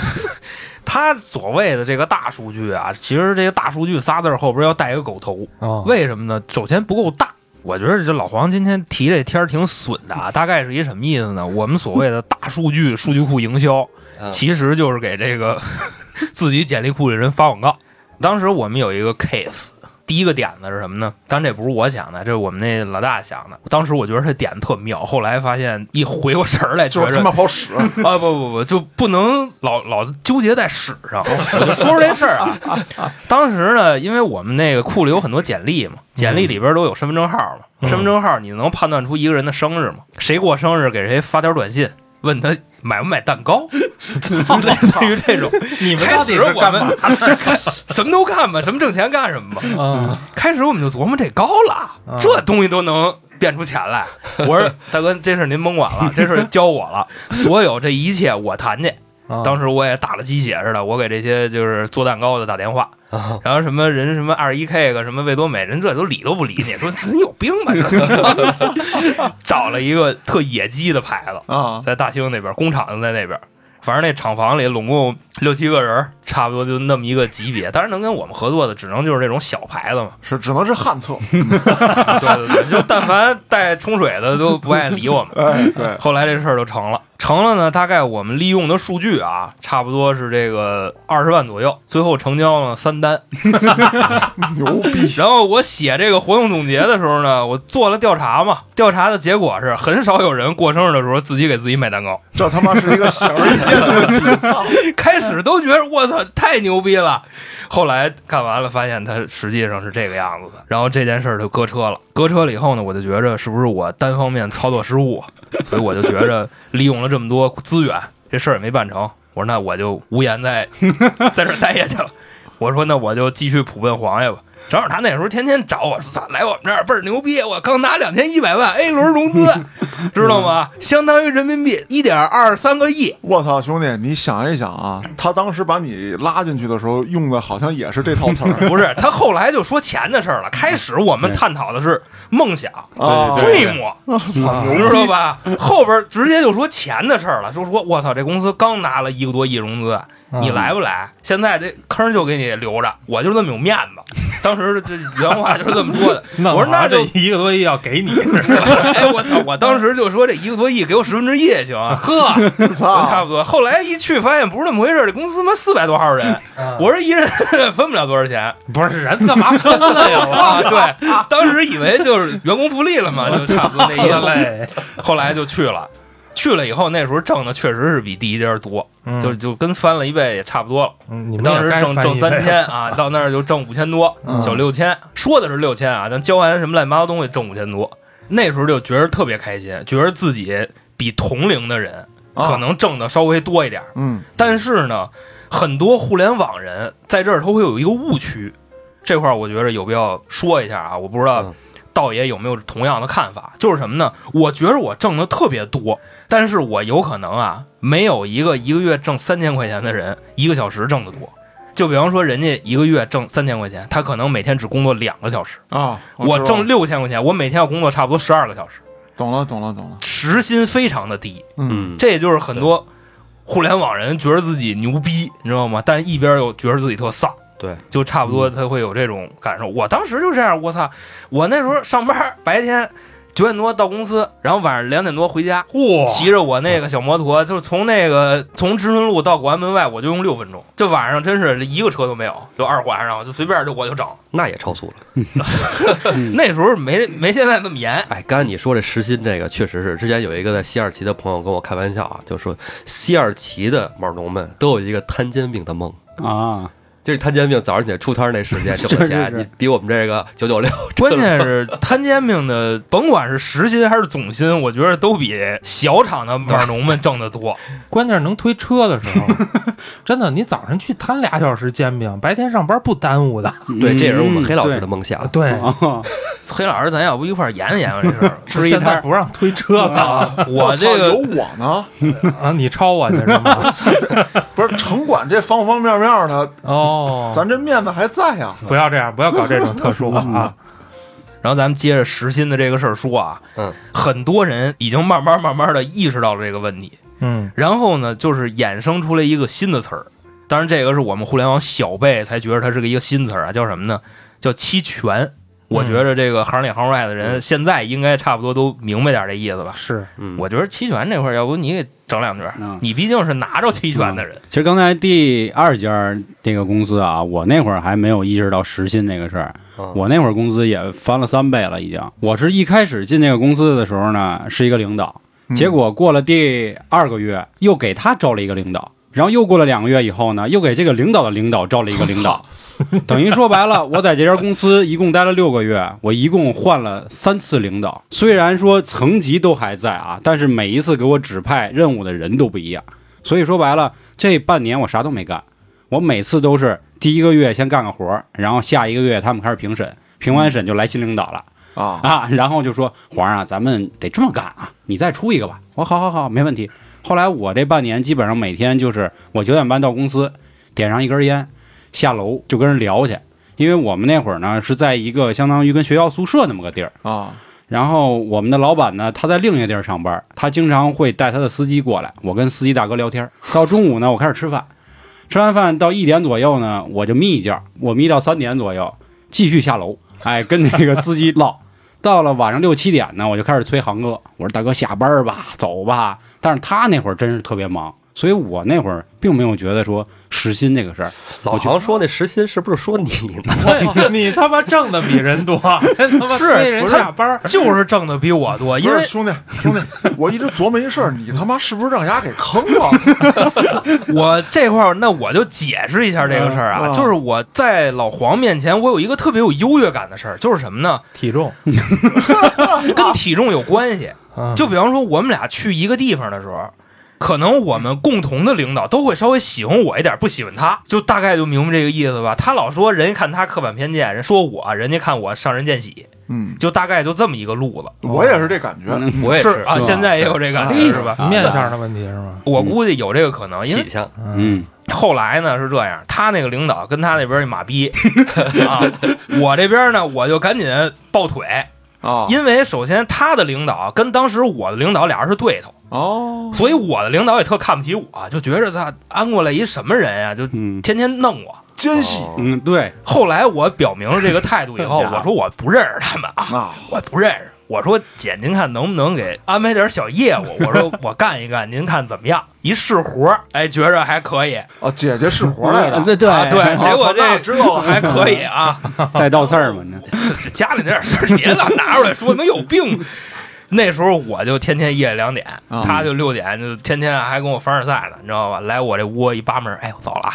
[SPEAKER 8] 他所谓的这个大数据啊，其实这个大数据仨字儿后边要带一个狗头，
[SPEAKER 1] 哦，
[SPEAKER 8] 为什么呢？首先不够大。我觉得这老黄今天提这天儿挺损的啊，大概是一什么意思呢？我们所谓的大数据数据库营销，
[SPEAKER 4] 嗯
[SPEAKER 8] 其实就是给这个 自己简历库里人发广告。当时我们有一个 case，第一个点子是什么呢？当然这不是我想的，这是我们那老大想的。当时我觉得这点子特妙，后来发现一回过神儿来，觉
[SPEAKER 6] 就是他
[SPEAKER 8] 着
[SPEAKER 6] 妈泡屎，
[SPEAKER 8] 啊，不不不，就不能老老纠结在屎上。
[SPEAKER 1] 哦
[SPEAKER 8] 我就说说这事儿啊，当时呢，因为我们那个库里有很多简历嘛，简历里边都有身份证号嘛，
[SPEAKER 1] 嗯
[SPEAKER 8] 身份证号你能判断出一个人的生日吗？谁过生日给谁发条短信，问他买不买蛋 糕，类似于这种。
[SPEAKER 1] 你们
[SPEAKER 8] 开
[SPEAKER 1] 到底
[SPEAKER 8] 始
[SPEAKER 1] 是
[SPEAKER 8] 我
[SPEAKER 1] 干嘛
[SPEAKER 8] 们？ 什么都干吧，什么挣钱干什么吧。
[SPEAKER 1] 嗯
[SPEAKER 8] 开始我们就琢磨这高了
[SPEAKER 1] 啊，
[SPEAKER 8] 这东西都能变出钱 来。我说大哥，这事儿您甭管了，这事儿交我了，所有这一切我谈去。
[SPEAKER 1] 啊
[SPEAKER 8] 嗯当时我也打了鸡血似的，我给这些就是做蛋糕的打电话，
[SPEAKER 1] 啊
[SPEAKER 8] 然后什么人什么二一 K 个什么味多美人，这都理都不理你，说这你有病吧？ 这 找了一个特野鸡的牌子，
[SPEAKER 6] 啊，
[SPEAKER 8] 在大兴那边，工厂就在那边。反正那厂房里拢共六七个人儿，差不多就那么一个级别。当然能跟我们合作的，只能就是这种小牌子嘛。
[SPEAKER 6] 是只能是旱厕，
[SPEAKER 8] 对对对，就但凡带冲水的都不爱理 我们。
[SPEAKER 6] 哎， 对，
[SPEAKER 8] 后来这事儿就成了，成了呢，大概我们利用的数据啊，差不多是这个二十万左右，最后成交了三单。
[SPEAKER 6] 牛逼，
[SPEAKER 8] 然后我写这个活动总结的时候呢，我做了调查嘛，调查的结果是很少有人过生日的时候自己给自己买蛋糕。
[SPEAKER 6] 这他妈是一个显而易见的问题，操！
[SPEAKER 8] 开始都觉得我操太牛逼了，后来看完了发现他实际上是这个样子的，然后这件事儿就搁车了。搁车了以后呢，我就觉着是不是我单方面操作失误，所以我就觉着利用了这么多资源，这事儿也没办成。我说那我就无颜在在这儿待下去了。我说那我就继续普奔黄爷吧。正好他那时候天天找我说：“操，来我们这儿倍儿牛逼，我刚拿两千一百万 A 轮融资，知道吗？相当于人民币一点二三个亿。
[SPEAKER 6] 我操，兄弟，你想一想啊，他当时把你拉进去的时候用的好像也是这套词儿
[SPEAKER 8] 不是，他后来就说钱的事儿了。开始我们探讨的是梦想
[SPEAKER 1] 哦
[SPEAKER 6] 啊，
[SPEAKER 4] 哦
[SPEAKER 8] ，dream，
[SPEAKER 6] 我操，
[SPEAKER 8] 你知
[SPEAKER 6] 牛
[SPEAKER 8] 道
[SPEAKER 6] 逼！
[SPEAKER 8] 吧？后边直接就说钱的事儿了，说说我操，这公司刚拿了一个多亿融资，
[SPEAKER 1] 哦啊
[SPEAKER 8] 你来不来？现在这坑就给你留着，我就这么有面子。当时这原话就是这么 说的。
[SPEAKER 1] 那
[SPEAKER 8] 我说那
[SPEAKER 1] 啊这
[SPEAKER 8] 就，
[SPEAKER 1] 一个多亿要给你，
[SPEAKER 8] 哎我操，我当时就说这一个多亿给我十分之一也行啊，呵，差
[SPEAKER 6] 操，
[SPEAKER 8] 不多。后来一去发现不是那么回事儿，这公司他妈四百多号人，
[SPEAKER 1] 我
[SPEAKER 8] 我说一人 分不了多少钱。
[SPEAKER 1] 啊不是人嗯哎干嘛分了呀？
[SPEAKER 8] 啊，对，当时以为就是员工福利 了嘛，就差不多那意思。
[SPEAKER 1] 累，
[SPEAKER 8] 后来就去了，去了以后那时候挣的确实是比第一家多，就就跟翻了一倍也差不多了。
[SPEAKER 1] 嗯嗯你们
[SPEAKER 8] 嗯当时
[SPEAKER 1] 也该
[SPEAKER 8] 挣
[SPEAKER 1] 翻
[SPEAKER 8] 挣
[SPEAKER 1] 一
[SPEAKER 8] 三
[SPEAKER 1] 倍，
[SPEAKER 8] 千啊，到那儿就挣五千多，
[SPEAKER 6] 嗯
[SPEAKER 8] 小六千，说的是六千啊，但交完什么乱七八糟东西挣五千多，那时候就觉得特别开心，觉得自己比同龄的人
[SPEAKER 6] 啊
[SPEAKER 8] 可能挣的稍微多一点儿，
[SPEAKER 6] 嗯，
[SPEAKER 8] 但是呢，很多互联网人在这儿都会有一个误区，这块儿我觉得有必要说一下啊。我不知道
[SPEAKER 4] 嗯
[SPEAKER 8] 道爷有没有同样的看法，就是什么呢？我觉得我挣的特别多，但是我有可能啊，没有一个一个月挣三千块钱的人一个小时挣得多。就比方说，人家一个月挣三千块钱，他可能每天只工作两个小时。
[SPEAKER 6] 啊，
[SPEAKER 8] 我
[SPEAKER 6] 知道
[SPEAKER 8] 挣六千块钱，我每天要工作差不多十二个小时，
[SPEAKER 6] 懂了，懂了，懂了，
[SPEAKER 8] 时薪非常的低。
[SPEAKER 6] 嗯，
[SPEAKER 4] 嗯，
[SPEAKER 8] 这也就是很多互联网人觉得自己牛逼，你知道吗？但一边又觉得自己特丧，
[SPEAKER 4] 对，
[SPEAKER 8] 就差不多他会有这种感受。我当时就这样，我操！我那时候上班，白天九点多到公司，然后晚上两点多回家，
[SPEAKER 1] 嚯，
[SPEAKER 8] 骑着我那个小摩托，就是从那个从知春路到广安门外，我就用六分钟。这晚上真是一个车都没有，就二环上就随便就我就整。
[SPEAKER 4] 那也超速了。
[SPEAKER 8] 那时候没没现在那么严，
[SPEAKER 4] 哎，刚才你说这时薪这个，确实是之前有一个在西二旗的朋友跟我开玩笑啊，就说西二旗的码农们都有一个摊煎饼的梦。
[SPEAKER 3] 啊，
[SPEAKER 4] 就是摊煎饼，早上起来出摊儿那时间挣
[SPEAKER 3] 是
[SPEAKER 4] 的
[SPEAKER 3] 是
[SPEAKER 4] 钱，
[SPEAKER 3] 是
[SPEAKER 4] 你比我们这个九九六
[SPEAKER 8] 关键是摊煎饼的，甭管是时薪还是总薪，我觉得都比小厂的码农们挣得 多。
[SPEAKER 1] 关键是能推车的时候， 真的，你早上去摊俩小时煎饼，白天上班不耽误的。
[SPEAKER 4] 对，呃这也是我们
[SPEAKER 3] 嗯
[SPEAKER 4] 黑老师的梦想。
[SPEAKER 1] 对？
[SPEAKER 3] 啊，
[SPEAKER 8] 黑老师，咱要不一块儿研究研究这事儿
[SPEAKER 1] 吃一
[SPEAKER 8] 现在
[SPEAKER 1] 不让推车了
[SPEAKER 8] 我
[SPEAKER 6] 操
[SPEAKER 8] 这
[SPEAKER 6] 有
[SPEAKER 8] 个
[SPEAKER 6] 我呢，
[SPEAKER 1] 啊！你抄我去是吗？
[SPEAKER 6] 不是城管这方方面面的，
[SPEAKER 1] 哦，
[SPEAKER 6] 咱这面子还在啊呀，
[SPEAKER 1] 不要这样，不要搞这种特殊化啊！
[SPEAKER 8] 然后咱们接着时薪的这个事儿说啊，
[SPEAKER 4] 嗯，
[SPEAKER 8] 很多人已经慢慢慢慢的意识到了这个问题，
[SPEAKER 1] 嗯，
[SPEAKER 8] 然后呢，就是衍生出来一个新的词儿，当然这个是我们互联网小辈才觉得它是个一个新词儿啊，叫什么呢？叫期权。我觉着这个行里行外的人现在应该差不多都明白点儿这意思吧？
[SPEAKER 1] 是
[SPEAKER 4] 嗯，
[SPEAKER 8] 我觉得期权这块儿，要不你给整两句儿
[SPEAKER 3] 嗯，
[SPEAKER 8] 你毕竟是拿着期权的人，
[SPEAKER 3] 其实刚才第二家这个公司啊，我那会儿还没有意识到时薪这个事儿，
[SPEAKER 4] 嗯
[SPEAKER 3] 我那会儿工资也翻了三倍了，已经。我是一开始进这个公司的时候呢，是一个领导，
[SPEAKER 6] 嗯
[SPEAKER 3] 结果过了第二个月，又给他招了一个领导，然后又过了两个月以后呢，又给这个领导的领导招了一个领导，等于说白了，我在这家公司一共待了六个月，我一共换了三次领导。虽然说层级都还在啊，但是每一次给我指派任务的人都不一样，所以说白了，这半年我啥都没干，我每次都是第一个月先干个活儿，然后下一个月他们开始评审，评完审就来新领导了。
[SPEAKER 6] 啊，
[SPEAKER 3] 啊，然后就说皇上啊，咱们得这么干啊，你再出一个吧。我好好好，没问题。后来我这半年基本上每天就是我九点半到公司，点上一根烟，下楼就跟人聊去。因为我们那会儿呢是在一个相当于跟学校宿舍那么个地儿，
[SPEAKER 6] 啊，
[SPEAKER 3] 然后我们的老板呢他在另一个地儿上班，他经常会带他的司机过来，我跟司机大哥聊天。到中午呢，我开始吃饭，吃完饭到一点左右呢，我就眯一觉，我眯到三点左右，继续下楼， 哎，跟那个司机唠。到了晚上六七点呢，我就开始催航哥，我说大哥下班吧，走吧。但是他那会儿真是特别忙，所以我那会儿并没有觉得说实心这个事儿。
[SPEAKER 4] 老常说那时薪是不是说你呢？
[SPEAKER 1] 对哎你他妈挣的比人多，还他妈
[SPEAKER 8] 是
[SPEAKER 1] 催人
[SPEAKER 8] 不是
[SPEAKER 1] 下班儿。
[SPEAKER 8] 就是挣的比我多，因
[SPEAKER 6] 不
[SPEAKER 8] 为
[SPEAKER 6] 是兄弟，兄弟，我一直琢磨一事儿，你他妈是不是让丫给坑 了？
[SPEAKER 8] 我这块儿，那我就解释一下这个事儿啊，
[SPEAKER 6] 嗯嗯
[SPEAKER 8] 就是我在老黄面前，我有一个特别有优越感的事儿，就是什么呢？
[SPEAKER 1] 体重，
[SPEAKER 8] 跟体重有关系。
[SPEAKER 1] 嗯
[SPEAKER 8] 就比方说，我们俩去一个地方的时候，可能我们共同的领导都会稍微喜欢我一点，不喜欢他，就大概就明白这个意思吧。他老说人家看他刻板偏见，人说我，人家看我上人见喜，
[SPEAKER 6] 嗯，
[SPEAKER 8] 就大概就这么一个路子。
[SPEAKER 6] 我也是这感觉。
[SPEAKER 4] 我也
[SPEAKER 8] 是啊，
[SPEAKER 3] 是吧
[SPEAKER 8] 现在也有这感觉是吧？
[SPEAKER 3] 啊
[SPEAKER 1] 哎面相的问题是吗？
[SPEAKER 8] 我估计有这个可能，因为
[SPEAKER 4] 喜庆，
[SPEAKER 3] 嗯，
[SPEAKER 8] 后来呢是这样，他那个领导跟他那边一马逼啊，我这边呢我就赶紧抱腿，
[SPEAKER 6] 啊，
[SPEAKER 8] 因为首先他的领导跟当时我的领导俩人是对头，
[SPEAKER 6] 哦，
[SPEAKER 8] 所以我的领导也特看不起我，就觉着他安过来一什么人啊呀、就
[SPEAKER 3] 嗯
[SPEAKER 8] 天天弄我。
[SPEAKER 6] 奸细
[SPEAKER 3] 嗯，对，
[SPEAKER 8] 后来我表明了这个态度以后，
[SPEAKER 3] 真假
[SPEAKER 8] 我说我不认识他们啊，
[SPEAKER 6] 啊，
[SPEAKER 8] 我不认识。我说姐，您看能不能给安排点小业务？我说我干一干，您看怎么样？一试活儿，哎，觉着还可以。
[SPEAKER 6] 啊，姐姐是活来的，
[SPEAKER 3] 对对
[SPEAKER 8] 啊，对，结果这之后还可以啊，
[SPEAKER 3] 带倒刺儿嘛，那
[SPEAKER 8] 这这家里那点事儿，你别老拿出来说，你们有病。那时候我就天天夜里两点，
[SPEAKER 6] 啊
[SPEAKER 8] 他就六点，就天天还跟我凡尔赛呢，你知道吧？来我这屋一扒门，哎，我走了啊，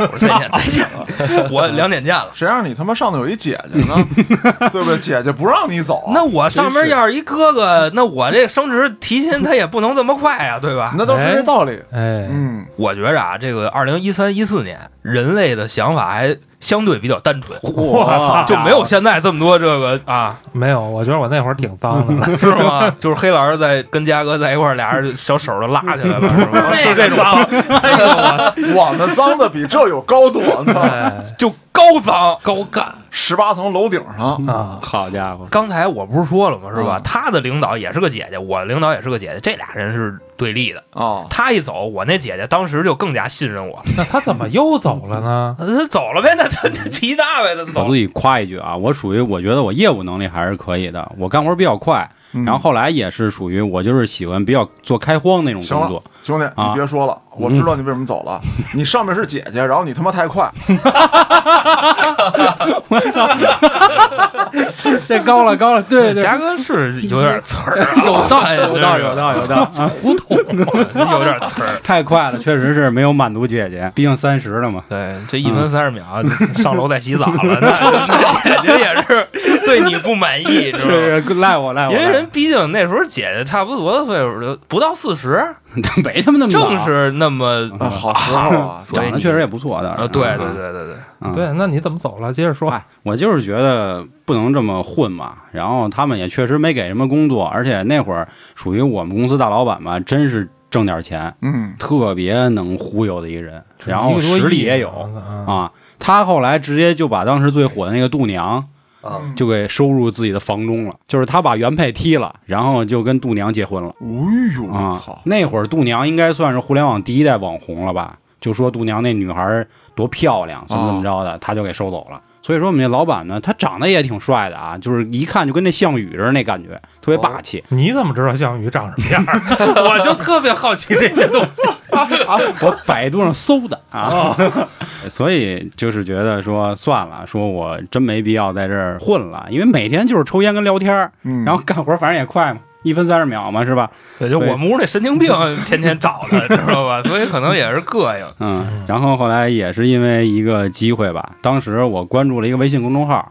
[SPEAKER 8] 我说再见再见，我两点见了。
[SPEAKER 6] 谁让你他妈上头有一姐姐呢？ 对不对？姐姐不让你走，啊
[SPEAKER 8] 那我上面要是一哥哥，那我这升职提薪他也不能这么快啊，对吧？
[SPEAKER 6] 那都是这道理。
[SPEAKER 1] 哎，
[SPEAKER 6] 嗯，
[SPEAKER 8] 我觉着啊，这个二零一三一四年人类的想法还相对比较单纯，
[SPEAKER 3] 我操
[SPEAKER 8] 就没有现在这么多这 个啊，
[SPEAKER 1] 没有，我觉得我那会儿挺脏的。
[SPEAKER 8] 是吗？就是黑老师在跟嘉哥在一块儿，俩人小手就拉起 来了，是吧？是这种，哎
[SPEAKER 6] 我们脏的比这有高度呢，
[SPEAKER 1] 哎，
[SPEAKER 8] 就高脏。
[SPEAKER 1] 高干
[SPEAKER 6] 十八层楼顶上
[SPEAKER 1] 啊，
[SPEAKER 3] 好家伙，
[SPEAKER 8] 刚才我不是说了吗？是吧？
[SPEAKER 6] 嗯
[SPEAKER 8] 他的领导也是个姐姐，我的领导也是个姐姐，这俩人是对立的。
[SPEAKER 6] 啊，
[SPEAKER 8] 他一走，我那姐姐当时就更加信任我了。
[SPEAKER 1] 那他怎么又走了呢？
[SPEAKER 8] 他走了呗，那他他皮大呗，他
[SPEAKER 3] 我
[SPEAKER 8] 走
[SPEAKER 3] 自。己夸一句啊，我属于我觉得我业务能力还是可以的，我干活比较快，
[SPEAKER 6] 嗯
[SPEAKER 3] 然后后来也是属于我就是喜欢比较做开荒那种工作，
[SPEAKER 6] 兄弟，
[SPEAKER 3] 啊嗯
[SPEAKER 6] 你别说了，我知道你为什么走了。你上面是姐姐，然后你他妈太快，
[SPEAKER 3] 这高了高了，对对，
[SPEAKER 8] 嘉哥是有点词儿啊，有
[SPEAKER 3] 道理有道理有道理有道理，
[SPEAKER 8] 胡同，有点词儿。
[SPEAKER 3] 太快了，确实是没有满足姐姐，毕竟三十了嘛。
[SPEAKER 8] 对，这一分三十秒、 上楼再洗澡了，那 姐姐也是对你不满
[SPEAKER 3] 是
[SPEAKER 8] 意，吧？
[SPEAKER 3] 是啊赖我赖我，
[SPEAKER 8] 因为
[SPEAKER 3] 赖
[SPEAKER 8] 人毕竟那时候姐姐差不多多大岁数，就不到四十，
[SPEAKER 3] 我 没他们那么老
[SPEAKER 8] 正是那么
[SPEAKER 6] 啊好时候啊，
[SPEAKER 8] 所以
[SPEAKER 3] 长得
[SPEAKER 8] 你
[SPEAKER 3] 确实也不错的
[SPEAKER 8] 啊，对对，对对对，
[SPEAKER 3] 嗯
[SPEAKER 1] 对，那你怎么走了？接着说。
[SPEAKER 3] 哎，我就是觉得不能这么混嘛。然后他们也确实没给什么工作，而且那会儿属于我们公司大老板嘛，真是挣点钱，
[SPEAKER 6] 嗯，
[SPEAKER 3] 特别能忽悠的一个人，然后
[SPEAKER 1] 一个多亿
[SPEAKER 3] 实力也有
[SPEAKER 1] 啊，
[SPEAKER 3] 啊。他后来直接就把当时最火的那个度娘
[SPEAKER 6] 嗯
[SPEAKER 4] 啊，
[SPEAKER 3] 就给收入自己的房中了，就是他把原配踢了，然后就跟度娘结婚了
[SPEAKER 6] 哎呦我
[SPEAKER 3] 啊
[SPEAKER 6] 操。，
[SPEAKER 3] 那会儿度娘应该算是互联网第一代网红了吧？就说度娘那女孩儿多漂亮，怎么怎么着的，他就给收走了。所以说我们这老板呢，他长得也挺帅的啊，就是一看就跟那项羽似的那感觉，特别霸气。
[SPEAKER 1] 你怎么知道项羽长什么样儿？我就特别好奇这些东西。
[SPEAKER 3] 我百度上搜的啊， 所以就是觉得说算了，说我真没必要在这儿混了，因为每天就是抽烟跟聊天儿，
[SPEAKER 6] 嗯
[SPEAKER 3] 然后干活反正也快嘛，一分三十秒嘛，是吧？
[SPEAKER 8] 对，就我们屋那神经病天天找他，知道吧？所以可能也是膈应。
[SPEAKER 3] 嗯，然后后来也是因为一个机会吧，当时我关注了一个微信公众号，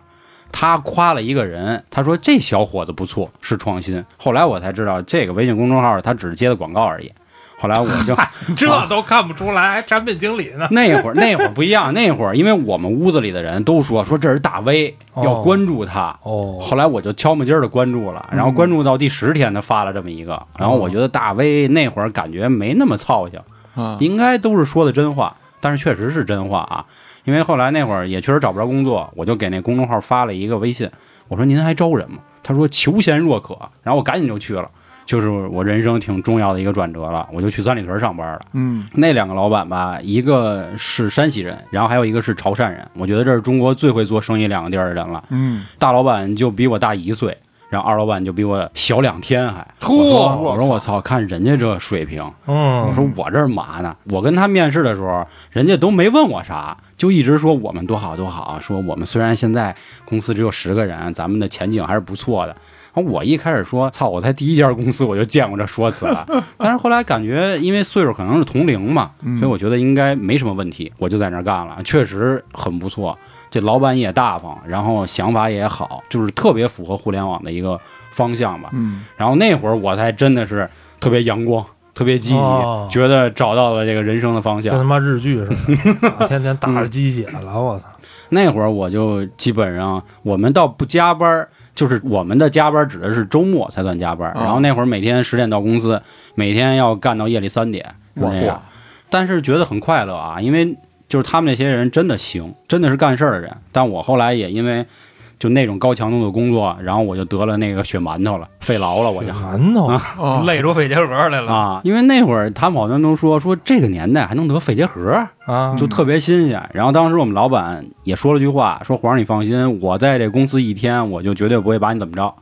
[SPEAKER 3] 他夸了一个人，他说这小伙子不错，是创新。后来我才知道这个微信公众号他只是接的广告而已。后来我就
[SPEAKER 1] 这都看不出来，还产品经理 呢。
[SPEAKER 3] 那会儿那会儿不一样，那会儿因为我们屋子里的人都说说这是大 V，
[SPEAKER 1] 哦
[SPEAKER 3] 要关注他。
[SPEAKER 1] 哦，
[SPEAKER 3] 后来我就悄没劲儿的关注了，然后关注到第十天，他发了这么一个，然后我觉得大 V 那会儿感觉没那么操性，
[SPEAKER 6] 啊，
[SPEAKER 3] 应该都是说的真话，但是确实是真话啊。因为后来那会儿也确实找不着工作，我就给那公众号发了一个微信，我说您还招人吗？他说求贤若渴，然后我赶紧就去了，就是我人生挺重要的一个转折了，我就去三里屯上班了。
[SPEAKER 6] 嗯，
[SPEAKER 3] 那两个老板吧，一个是山西人，然后还有一个是潮汕人，我觉得这是中国最会做生意两个地儿的人了。
[SPEAKER 6] 嗯，
[SPEAKER 3] 大老板就比我大一岁，然后二老板就比我小两天还。
[SPEAKER 1] 嚯
[SPEAKER 3] 我说我说我操，看人家这水平，我
[SPEAKER 1] 嗯，
[SPEAKER 3] 说我这儿嘛呢？我跟他面试的时候，人家都没问我啥，就一直说我们多好多好，说我们虽然现在公司只有十个人，咱们的前景还是不错的。啊我一开始说操，我才第一家公司我就见过这说辞了，但是后来感觉因为岁数可能是同龄嘛，
[SPEAKER 6] 嗯
[SPEAKER 3] 所以我觉得应该没什么问题，我就在那儿干了，确实很不错。这老板也大方，然后想法也好，就是特别符合互联网的一个方向吧。
[SPEAKER 6] 嗯，
[SPEAKER 3] 然后那会儿我才真的是特别阳光，特别积极，
[SPEAKER 1] 哦
[SPEAKER 3] 觉得找到了这个人生的方
[SPEAKER 1] 跟他
[SPEAKER 3] 向。
[SPEAKER 1] 妈日剧似 的，天天打着鸡血了，
[SPEAKER 3] 嗯
[SPEAKER 1] 我操！
[SPEAKER 3] 那会儿我就基本上，我们倒不加班儿，就是我们的加班儿指的是周末才算加班儿。
[SPEAKER 6] 哦
[SPEAKER 3] 然后那会儿每天十点到公司，每天要干到夜里三点，是那样。但是觉得很快乐啊，因为就是他们那些人真的行，真的是干事儿的人。但我后来也因为就那种高强度的工作，然后我就得了那个血馒头了，肺痨了，我就。
[SPEAKER 1] 馒头，
[SPEAKER 6] 啊，
[SPEAKER 8] 累出肺结核
[SPEAKER 1] 嗯
[SPEAKER 8] 来了。
[SPEAKER 3] 啊，因为那会儿他们好多人都说说这个年代还能得肺结核，
[SPEAKER 1] 啊，
[SPEAKER 3] 就特别新鲜。然后当时我们老板也说了句话，说皇上你放心，我在这公司一天，我就绝对不会把你怎么着。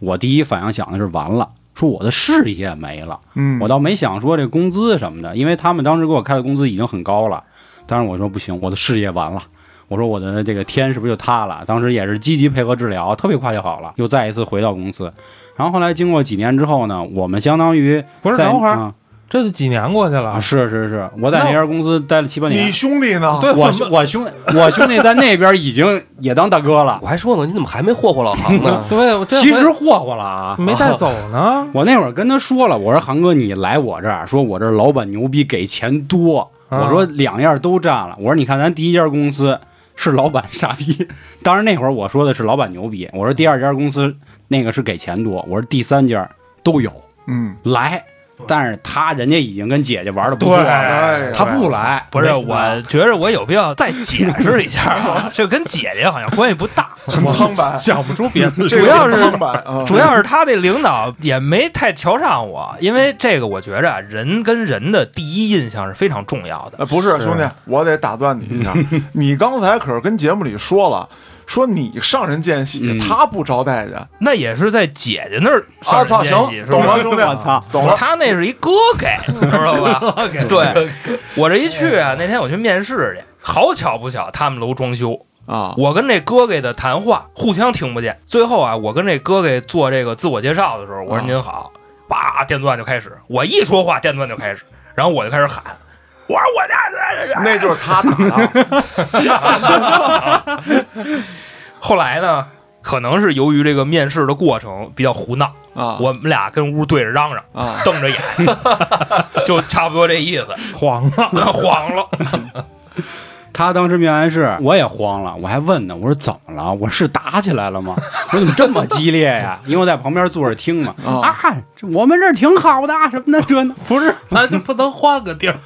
[SPEAKER 3] 我第一反应想的是完了，说我的事业没了。
[SPEAKER 6] 嗯，
[SPEAKER 3] 我倒没想说这工资什么的，因为他们当时给我开的工资已经很高了。当时我说不行，我的事业完了。我说我的这个天是不是就塌了？当时也是积极配合治疗，特别快就好了，又再一次回到公司。然后后来经过几年之后呢，我们相当于
[SPEAKER 1] 不是
[SPEAKER 3] 在
[SPEAKER 1] 等会儿
[SPEAKER 3] 嗯
[SPEAKER 1] 这都几年过去了
[SPEAKER 3] 啊，，是是是，我在那家公司待了七八年。
[SPEAKER 6] 你兄弟呢？
[SPEAKER 1] 对，
[SPEAKER 3] 我
[SPEAKER 1] 怎么
[SPEAKER 3] 我兄我兄弟在那边已经也当大哥了
[SPEAKER 4] 我，还说呢，你怎么还没霍霍老行呢？
[SPEAKER 1] 对，我这嗯回
[SPEAKER 3] 其实霍霍了啊。
[SPEAKER 1] 没带走呢。
[SPEAKER 3] 我那会儿跟他说了，我说航哥，你来我这儿，说我这儿老板牛逼，给钱多。
[SPEAKER 1] 啊
[SPEAKER 3] 我说两样都占了。我说你看，咱第一家公司是老板傻逼，当然那会儿我说的是老板牛逼。我说第二家公司那个是给钱多，我说第三家都有
[SPEAKER 6] 嗯，
[SPEAKER 3] 来，但是他人家已经跟姐姐玩的不错了，
[SPEAKER 6] 哎，
[SPEAKER 3] 他不来，
[SPEAKER 8] 不是，
[SPEAKER 3] 没
[SPEAKER 8] 我觉着我有必要再解释一下啊，这跟姐姐好像关系不大，
[SPEAKER 6] 很苍 白，
[SPEAKER 1] 想不出别的，
[SPEAKER 6] 这个
[SPEAKER 8] 主要
[SPEAKER 6] 很
[SPEAKER 8] 是
[SPEAKER 6] 苍白啊，
[SPEAKER 8] 主要是他那领导也没太瞧上我，因为这个我觉着啊人跟人的第一印象是非常重要的。
[SPEAKER 6] 呃，不是兄弟，我得打断你一 下，你刚才可是跟节目里说了，说你上人见喜，
[SPEAKER 3] 嗯
[SPEAKER 6] 他不招待见。
[SPEAKER 8] 那也是在姐姐那儿
[SPEAKER 6] 啊，
[SPEAKER 8] 上
[SPEAKER 6] 操，
[SPEAKER 8] 人间喜
[SPEAKER 6] 行，
[SPEAKER 8] 是吧
[SPEAKER 6] 懂了，兄弟，
[SPEAKER 3] 我操
[SPEAKER 6] 懂 了。
[SPEAKER 8] 他那是一哥 给，知道吧？对，我这一去啊，那天我去面试去，好巧不巧，他们楼装修，
[SPEAKER 6] 啊，
[SPEAKER 8] 我跟这哥给的谈话互相听不见。最后啊，我跟这哥给做这个自我介绍的时候，我
[SPEAKER 6] 啊
[SPEAKER 8] 说您好，叭，电钻就开始，我一说话电钻就开始，然后我就开始喊，我说我家。
[SPEAKER 6] 那就是他打 的，
[SPEAKER 8] 后来呢，可能是由于这个面试的过程比较胡闹，
[SPEAKER 6] 啊，
[SPEAKER 8] 我们俩跟屋对着嚷嚷，
[SPEAKER 6] 啊，
[SPEAKER 8] 瞪着眼， 就差不多这 意思，
[SPEAKER 1] 黄了。
[SPEAKER 8] 黄了。
[SPEAKER 3] 他当时面完试，我也慌了，我还问呢，我说怎么了？我说是打起来了吗？我说怎么这么激烈呀？因为我在旁边坐着听嘛。
[SPEAKER 6] 啊
[SPEAKER 3] 啊，这我们这儿挺好的什么的，这呢
[SPEAKER 1] 不是，咱就不能换个地儿，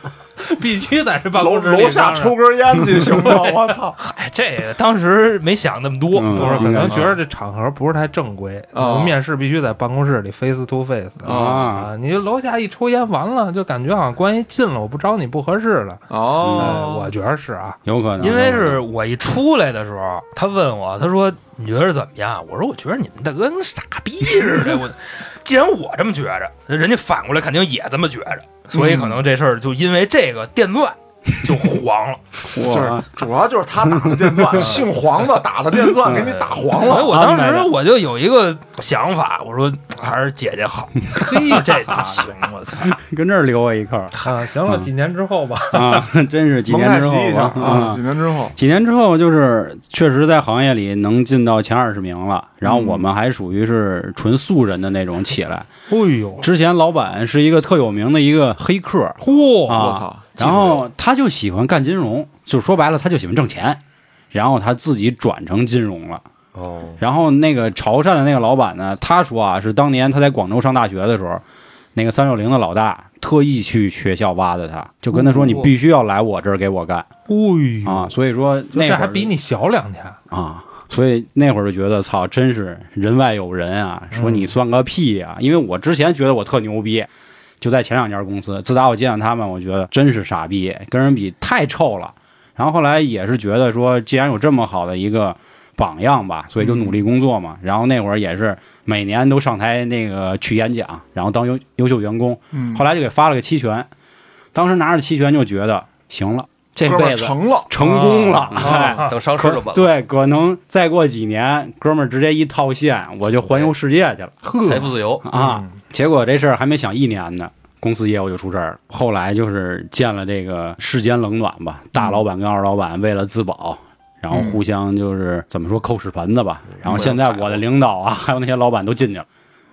[SPEAKER 1] 必须在这办
[SPEAKER 6] 楼
[SPEAKER 1] 公室里
[SPEAKER 6] 楼下抽根烟 去行吗？我操，
[SPEAKER 8] 哎，这个当时没想那么多，
[SPEAKER 3] 嗯
[SPEAKER 1] 不是，可
[SPEAKER 3] 应该
[SPEAKER 1] 能觉得这场合不是太正规，
[SPEAKER 6] 啊
[SPEAKER 1] 我们面试必须在办公室里 face to face
[SPEAKER 6] 哦
[SPEAKER 3] 啊，
[SPEAKER 1] 啊！你就楼下一抽烟，完了就感觉好像关系近了，我不招你不合适了。哎，
[SPEAKER 6] 哦
[SPEAKER 1] 我，觉得是 啊，
[SPEAKER 3] 有可能，
[SPEAKER 8] 因为是我一出来的时候，他问我，他说你觉得怎么样？我说我觉得你们大哥跟傻逼似的。我既然我这么觉着，人家反过来肯定也这么觉着，所以可能这事儿就因为这个电钻就黄了。
[SPEAKER 6] 就是主要就是他打的电 钻，姓黄的打的电钻给你打黄
[SPEAKER 8] 所以
[SPEAKER 6] 了。
[SPEAKER 8] 我
[SPEAKER 3] 安
[SPEAKER 8] 当
[SPEAKER 3] 排
[SPEAKER 8] 时
[SPEAKER 3] 的
[SPEAKER 8] 我就有一个想法，我说还是姐姐好。嘿，这行，我操！
[SPEAKER 3] 跟这儿留我一口
[SPEAKER 1] 啊，行
[SPEAKER 3] 嗯
[SPEAKER 1] 了，几年之后吧。
[SPEAKER 3] 啊， 真是几
[SPEAKER 6] 蒙
[SPEAKER 3] 年
[SPEAKER 6] 太
[SPEAKER 3] 之后
[SPEAKER 6] 奇一下
[SPEAKER 3] 吧
[SPEAKER 6] 啊，几年之后，
[SPEAKER 3] 几年之后，就是确实在行业里能进到前二十名了，然后我们还属于是纯素人的那种起来。
[SPEAKER 1] 哎呦，
[SPEAKER 3] 之前老板是一个特有名的一个黑客
[SPEAKER 1] 嚯
[SPEAKER 3] 啊，
[SPEAKER 6] 我操
[SPEAKER 3] 然后他就喜欢干金融，就说白了他就喜欢挣钱，然后他自己转成金融了。
[SPEAKER 4] 哦，
[SPEAKER 3] 然后那个潮汕的那个老板呢，他说啊，是当年他在广州上大学的时候，那个三六零的老大特意去学校挖的他，就跟他说
[SPEAKER 1] 哦
[SPEAKER 3] 你必须要来我这儿给我干
[SPEAKER 1] 哎呦，
[SPEAKER 3] 啊，所以说
[SPEAKER 1] 就
[SPEAKER 3] 那
[SPEAKER 1] 这
[SPEAKER 3] 会
[SPEAKER 1] 还
[SPEAKER 3] 儿
[SPEAKER 1] 比你小两天。
[SPEAKER 3] 啊。所以那会儿就觉得操，真是人外有人啊！说
[SPEAKER 6] 嗯
[SPEAKER 3] 你算个屁呀、因为我之前觉得我特牛逼，就在前两家公司。自打我见到他们，我觉得真是傻逼，跟人比太臭了。然后后来也是觉得说，既然有这么好的一个榜样吧，所以
[SPEAKER 6] 嗯
[SPEAKER 3] 就努力工作嘛。然后那会儿也是每年都上台那个去演讲，然后当优优秀员工。
[SPEAKER 6] 嗯，
[SPEAKER 3] 后来就给发了个期权，当时拿着期权就觉得行了，这
[SPEAKER 6] 哥们
[SPEAKER 3] 辈
[SPEAKER 6] 儿
[SPEAKER 3] 子
[SPEAKER 6] 成 了，
[SPEAKER 3] 成功了，哎。
[SPEAKER 6] 啊，
[SPEAKER 4] 等上市
[SPEAKER 3] 可
[SPEAKER 4] 了吧？
[SPEAKER 3] 对，可能再过几年，哥们儿直接一套现，我就环游世界去了
[SPEAKER 4] 财富自由，
[SPEAKER 1] 嗯
[SPEAKER 3] 啊！结果这事儿还没想一年呢，公司业务就出事儿了。后来就是见了这个世间冷暖吧，大老板跟二老板为了自保。然后互相就是怎么说扣屎盆子吧，然后现在我的领导啊，还有那些老板都进去了，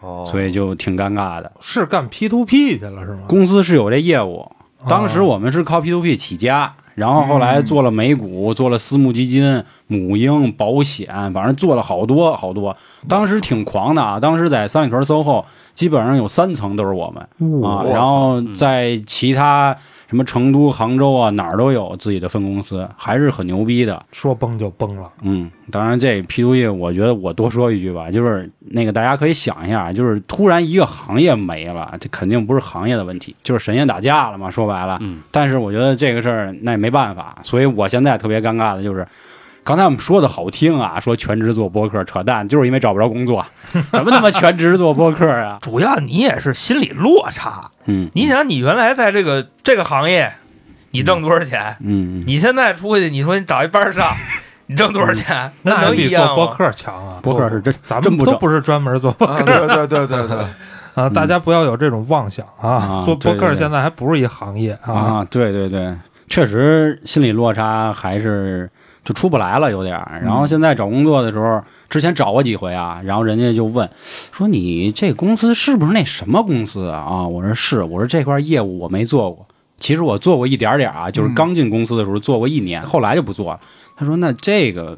[SPEAKER 4] 哦，
[SPEAKER 3] 所以就挺尴尬的。
[SPEAKER 1] 是干 P to P 去了是吗？
[SPEAKER 3] 公司是有这业务，
[SPEAKER 1] 啊
[SPEAKER 3] 当时我们是靠 P to P 起家，然后后来做了美股，做了私募基金、母婴、保险，反正做了好多好多。当时挺狂的啊！当时在三里屯 SOHO，基本上有三层都是我们啊
[SPEAKER 6] 哇，
[SPEAKER 3] 然后在其他什么成都、杭州啊哪儿都有自己的分公司，还是很牛逼的。
[SPEAKER 1] 说崩就崩了。
[SPEAKER 3] 嗯，当然这 P to P，我觉得我多说一句吧，就是那个大家可以想一下，就是突然一个行业没了，这肯定不是行业的问题，就是神仙打架了嘛。说白了，
[SPEAKER 4] 嗯，
[SPEAKER 3] 但是我觉得这个事儿那也没办法，所以我现在特别尴尬的就是，刚才我们说的好听啊，说全职做播客扯淡，就是因为找不着工 作，什么他妈全职做播客啊？
[SPEAKER 8] 主要你也是心理落差。
[SPEAKER 3] 嗯，
[SPEAKER 8] 你想，你原来在这个这个行业，你挣多少钱？
[SPEAKER 3] 嗯，嗯，
[SPEAKER 8] 你现在出去，你说你找一班上，你挣多 少钱？
[SPEAKER 1] 那
[SPEAKER 8] 能
[SPEAKER 1] 也
[SPEAKER 8] 一
[SPEAKER 1] 比做
[SPEAKER 8] 样
[SPEAKER 1] 播
[SPEAKER 8] 吗？
[SPEAKER 1] 客强啊！
[SPEAKER 3] 播客是真
[SPEAKER 1] 咱
[SPEAKER 3] 真
[SPEAKER 1] 们
[SPEAKER 3] 不
[SPEAKER 1] 都
[SPEAKER 3] 挣
[SPEAKER 1] 不是专门做播
[SPEAKER 6] 啊对对对对对，
[SPEAKER 1] 啊，大家不要有这种妄想啊
[SPEAKER 3] 啊！
[SPEAKER 1] 做播
[SPEAKER 3] 对
[SPEAKER 1] 客
[SPEAKER 3] 对对
[SPEAKER 1] 现在还不是一行业啊，
[SPEAKER 3] 啊，对对对，确实心理落差还是就出不来了，有点儿。然后现在找工作的时候，之前找过几回啊，然后人家就问说你这公司是不是那什么公司啊？啊，我说是，我说这块业务我没做过，其实我做过一点儿点儿啊，就是刚进公司的时候做过一年，后来就不做了。他说那这个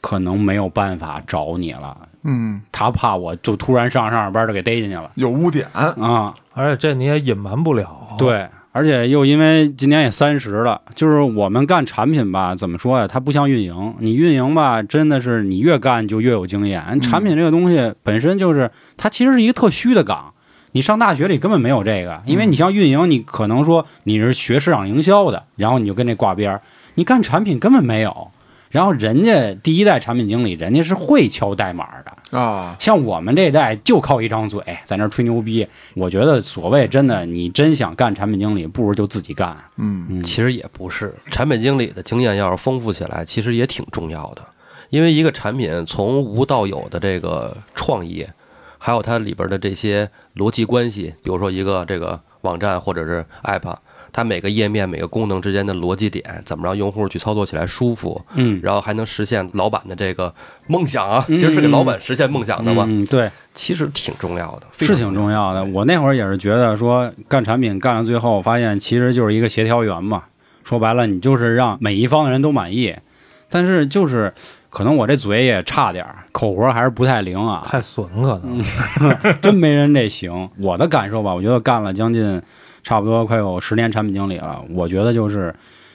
[SPEAKER 3] 可能没有办法找你了，
[SPEAKER 6] 嗯，
[SPEAKER 3] 他怕我就突然上上着班就给逮进去了
[SPEAKER 6] 有污点，
[SPEAKER 3] 啊。
[SPEAKER 1] 而且这你也隐瞒不了。，
[SPEAKER 3] 对，而且又因为今年也三十了，就是我们干产品吧，怎么说呀？它不像运营，你运营吧，真的是你越干就越有经验。产品这个东西本身就是，它其实是一个特虚的岗。你上大学里根本没有这个，因为你像运营，你可能说你是学市场营销的，然后你就跟这挂边儿。你干产品根本没有。然后人家第一代产品经理，人家是会敲代码的，
[SPEAKER 6] 啊，
[SPEAKER 3] 像我们这一代就靠一张嘴在那儿吹牛逼，我觉得所谓真的，你真想干产品经理，不如就自己干。
[SPEAKER 6] 嗯，
[SPEAKER 3] 嗯，
[SPEAKER 4] 其实也不是，产品经理的经验要是丰富起来，其实也挺重要的。因为一个产品从无到有的这个创意，还有它里边的这些逻辑关系，比如说一个这个网站或者是 app，它每个页面、每个功能之间的逻辑点，怎么让用户去操作起来舒服，
[SPEAKER 3] 嗯，
[SPEAKER 4] 然后还能实现老板的这个梦想啊，其实是给老板实现梦想的嘛，
[SPEAKER 3] 嗯，对，
[SPEAKER 4] 其实挺重要的，非
[SPEAKER 3] 是
[SPEAKER 4] 常
[SPEAKER 3] 挺重要的。
[SPEAKER 4] 对
[SPEAKER 3] 我那会儿也是觉得说，干产品干到最后，发现其实就是一个协调员嘛。说白了，你就是让每一方的人都满意，但是就是可能我这嘴也差点儿，口活还是不太灵啊，
[SPEAKER 1] 太损可能。
[SPEAKER 3] 真没人这行。我的感受吧，我觉得干了将近差不多快有十年产品经理了，我觉得就是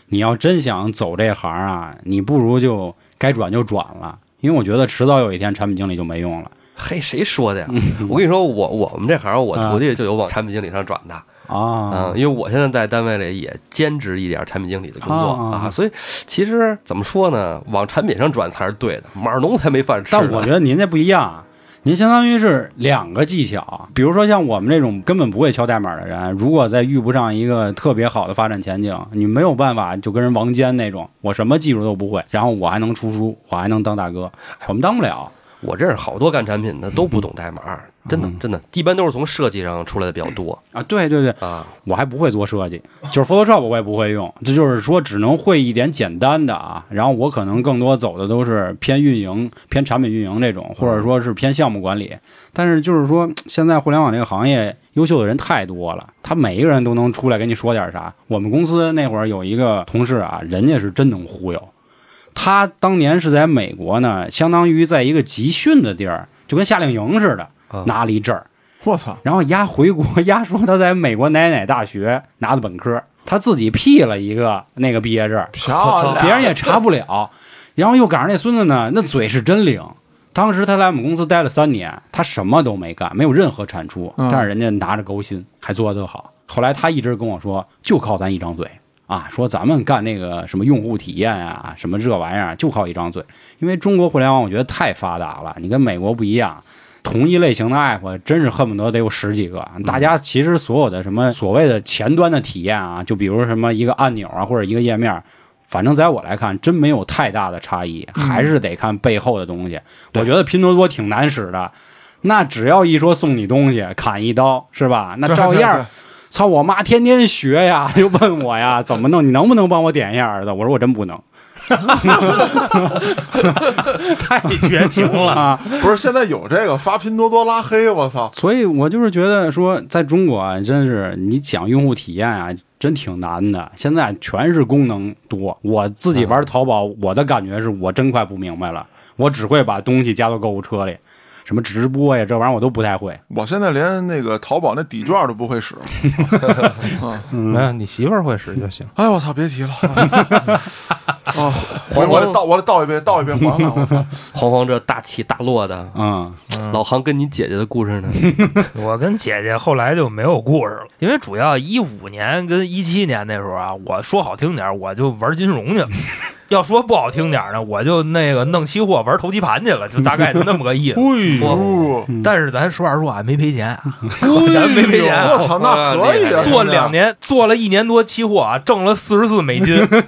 [SPEAKER 3] 你要真想走这行啊，你不如就该转就转了，因为我觉得迟早有一天产品经理就没用了
[SPEAKER 4] 嘿，谁说的呀？我跟你说，我我们这行，我
[SPEAKER 3] 嗯啊
[SPEAKER 4] 徒弟就有往产品经理上转的。
[SPEAKER 3] 啊
[SPEAKER 4] 啊，。因为我现在在单位里也兼职一点产品经理的工作
[SPEAKER 3] 啊啊啊
[SPEAKER 4] 啊，所以其实怎么说呢，往产品上转才是对的，码农才没饭吃呢。
[SPEAKER 3] 但我觉得您这不一样啊。您相当于是两个技巧，比如说像我们这种根本不会敲代码的人，如果在遇不上一个特别好的发展前景，你没有办法就跟人王坚那种，我什么技术都不会，然后我还能出书，我还能当大哥，我们当不了。
[SPEAKER 4] 我认识好多干产品的都不懂代码，
[SPEAKER 3] 嗯
[SPEAKER 4] 真的真的，一般都是从设计上出来的比较多
[SPEAKER 3] 啊，对对对，
[SPEAKER 4] 啊。
[SPEAKER 3] 我还不会做设计，就是 Photoshop 我也不会用，这就是说只能会一点简单的啊。然后我可能更多走的都是偏运营、偏产品运营这种，或者说是偏项目管理。但是就是说，现在互联网这个行业优秀的人太多了，他每一个人都能出来跟你说点啥。我们公司那会儿有一个同事啊，人家是真能忽悠。他当年是在美国呢，相当于在一个集训的地儿，就跟夏令营似的，
[SPEAKER 4] 啊
[SPEAKER 3] 拿了一证儿。
[SPEAKER 6] 我操，
[SPEAKER 3] 然后丫回国，丫说他在美国哪哪大学拿的本科，他自己 P 了一个那个毕业证，
[SPEAKER 6] 漂亮！
[SPEAKER 3] 别人也查不了。然后又赶上那孙子呢，那嘴是真灵。当时他来我们公司待了三年，他什么都没干，没有任何产出，
[SPEAKER 6] 嗯
[SPEAKER 3] 但是人家拿着高薪，还做得特好。后来他一直跟我说，就靠咱一张嘴啊，说咱们干那个什么用户体验啊，什么这玩意儿啊，就靠一张嘴。因为中国互联网我觉得太发达了，你跟美国不一样，同一类型的 app 真是恨不得得有十几
[SPEAKER 6] 嗯
[SPEAKER 3] 个。大家其实所有的什么所谓的前端的体验啊，就比如什么一个按钮啊或者一个页面，反正在我来看真没有太大的差异，
[SPEAKER 6] 嗯
[SPEAKER 3] 还是得看背后的东西。我觉得拼多多挺难使的。那只要一说送你东西，砍一刀是吧？那
[SPEAKER 6] 对
[SPEAKER 3] 照样
[SPEAKER 6] 对
[SPEAKER 3] 儿
[SPEAKER 6] 对，
[SPEAKER 3] 操我妈天天学呀， 就问我呀怎么弄，你能不能帮我点一下儿子？我说我真不能。
[SPEAKER 8] 太哎绝情了。
[SPEAKER 3] 啊，
[SPEAKER 6] 不是现在有这个发拼多多拉黑，我操！
[SPEAKER 3] 所以我就是觉得说，在中国啊，真是你讲用户体验啊，真挺难的。现在全是功能多，我自己玩淘宝，我的感觉是我真快不明白了，我只会把东西加到购物车里，什么直播呀这玩意儿我都不太会。
[SPEAKER 6] 我现在连那个淘宝那底券都不会使。
[SPEAKER 3] 嗯
[SPEAKER 1] 没有，你媳妇儿会使就行。
[SPEAKER 6] 哎，我操，别提 了。啊，我我得倒，我得倒一杯，倒一杯还还。我 操，
[SPEAKER 4] 黄黄这大起大落的，
[SPEAKER 3] 嗯，
[SPEAKER 4] 老航跟你姐姐的故事呢？
[SPEAKER 8] 我跟姐姐后来就没有故事了，因为主要一五年跟一七年那时候啊，我说好听点儿，我就玩金融去 了；要说不好听点儿呢，我就那个弄期货玩投机盘去了，就大概就那么个意思。
[SPEAKER 6] 哦
[SPEAKER 1] 嗯
[SPEAKER 8] 但是咱实话说啊，没赔钱 啊，咱没赔钱啊。
[SPEAKER 6] 我操，那可以啊！
[SPEAKER 8] 做两年，做了一年多期货啊，挣了四十四美金，知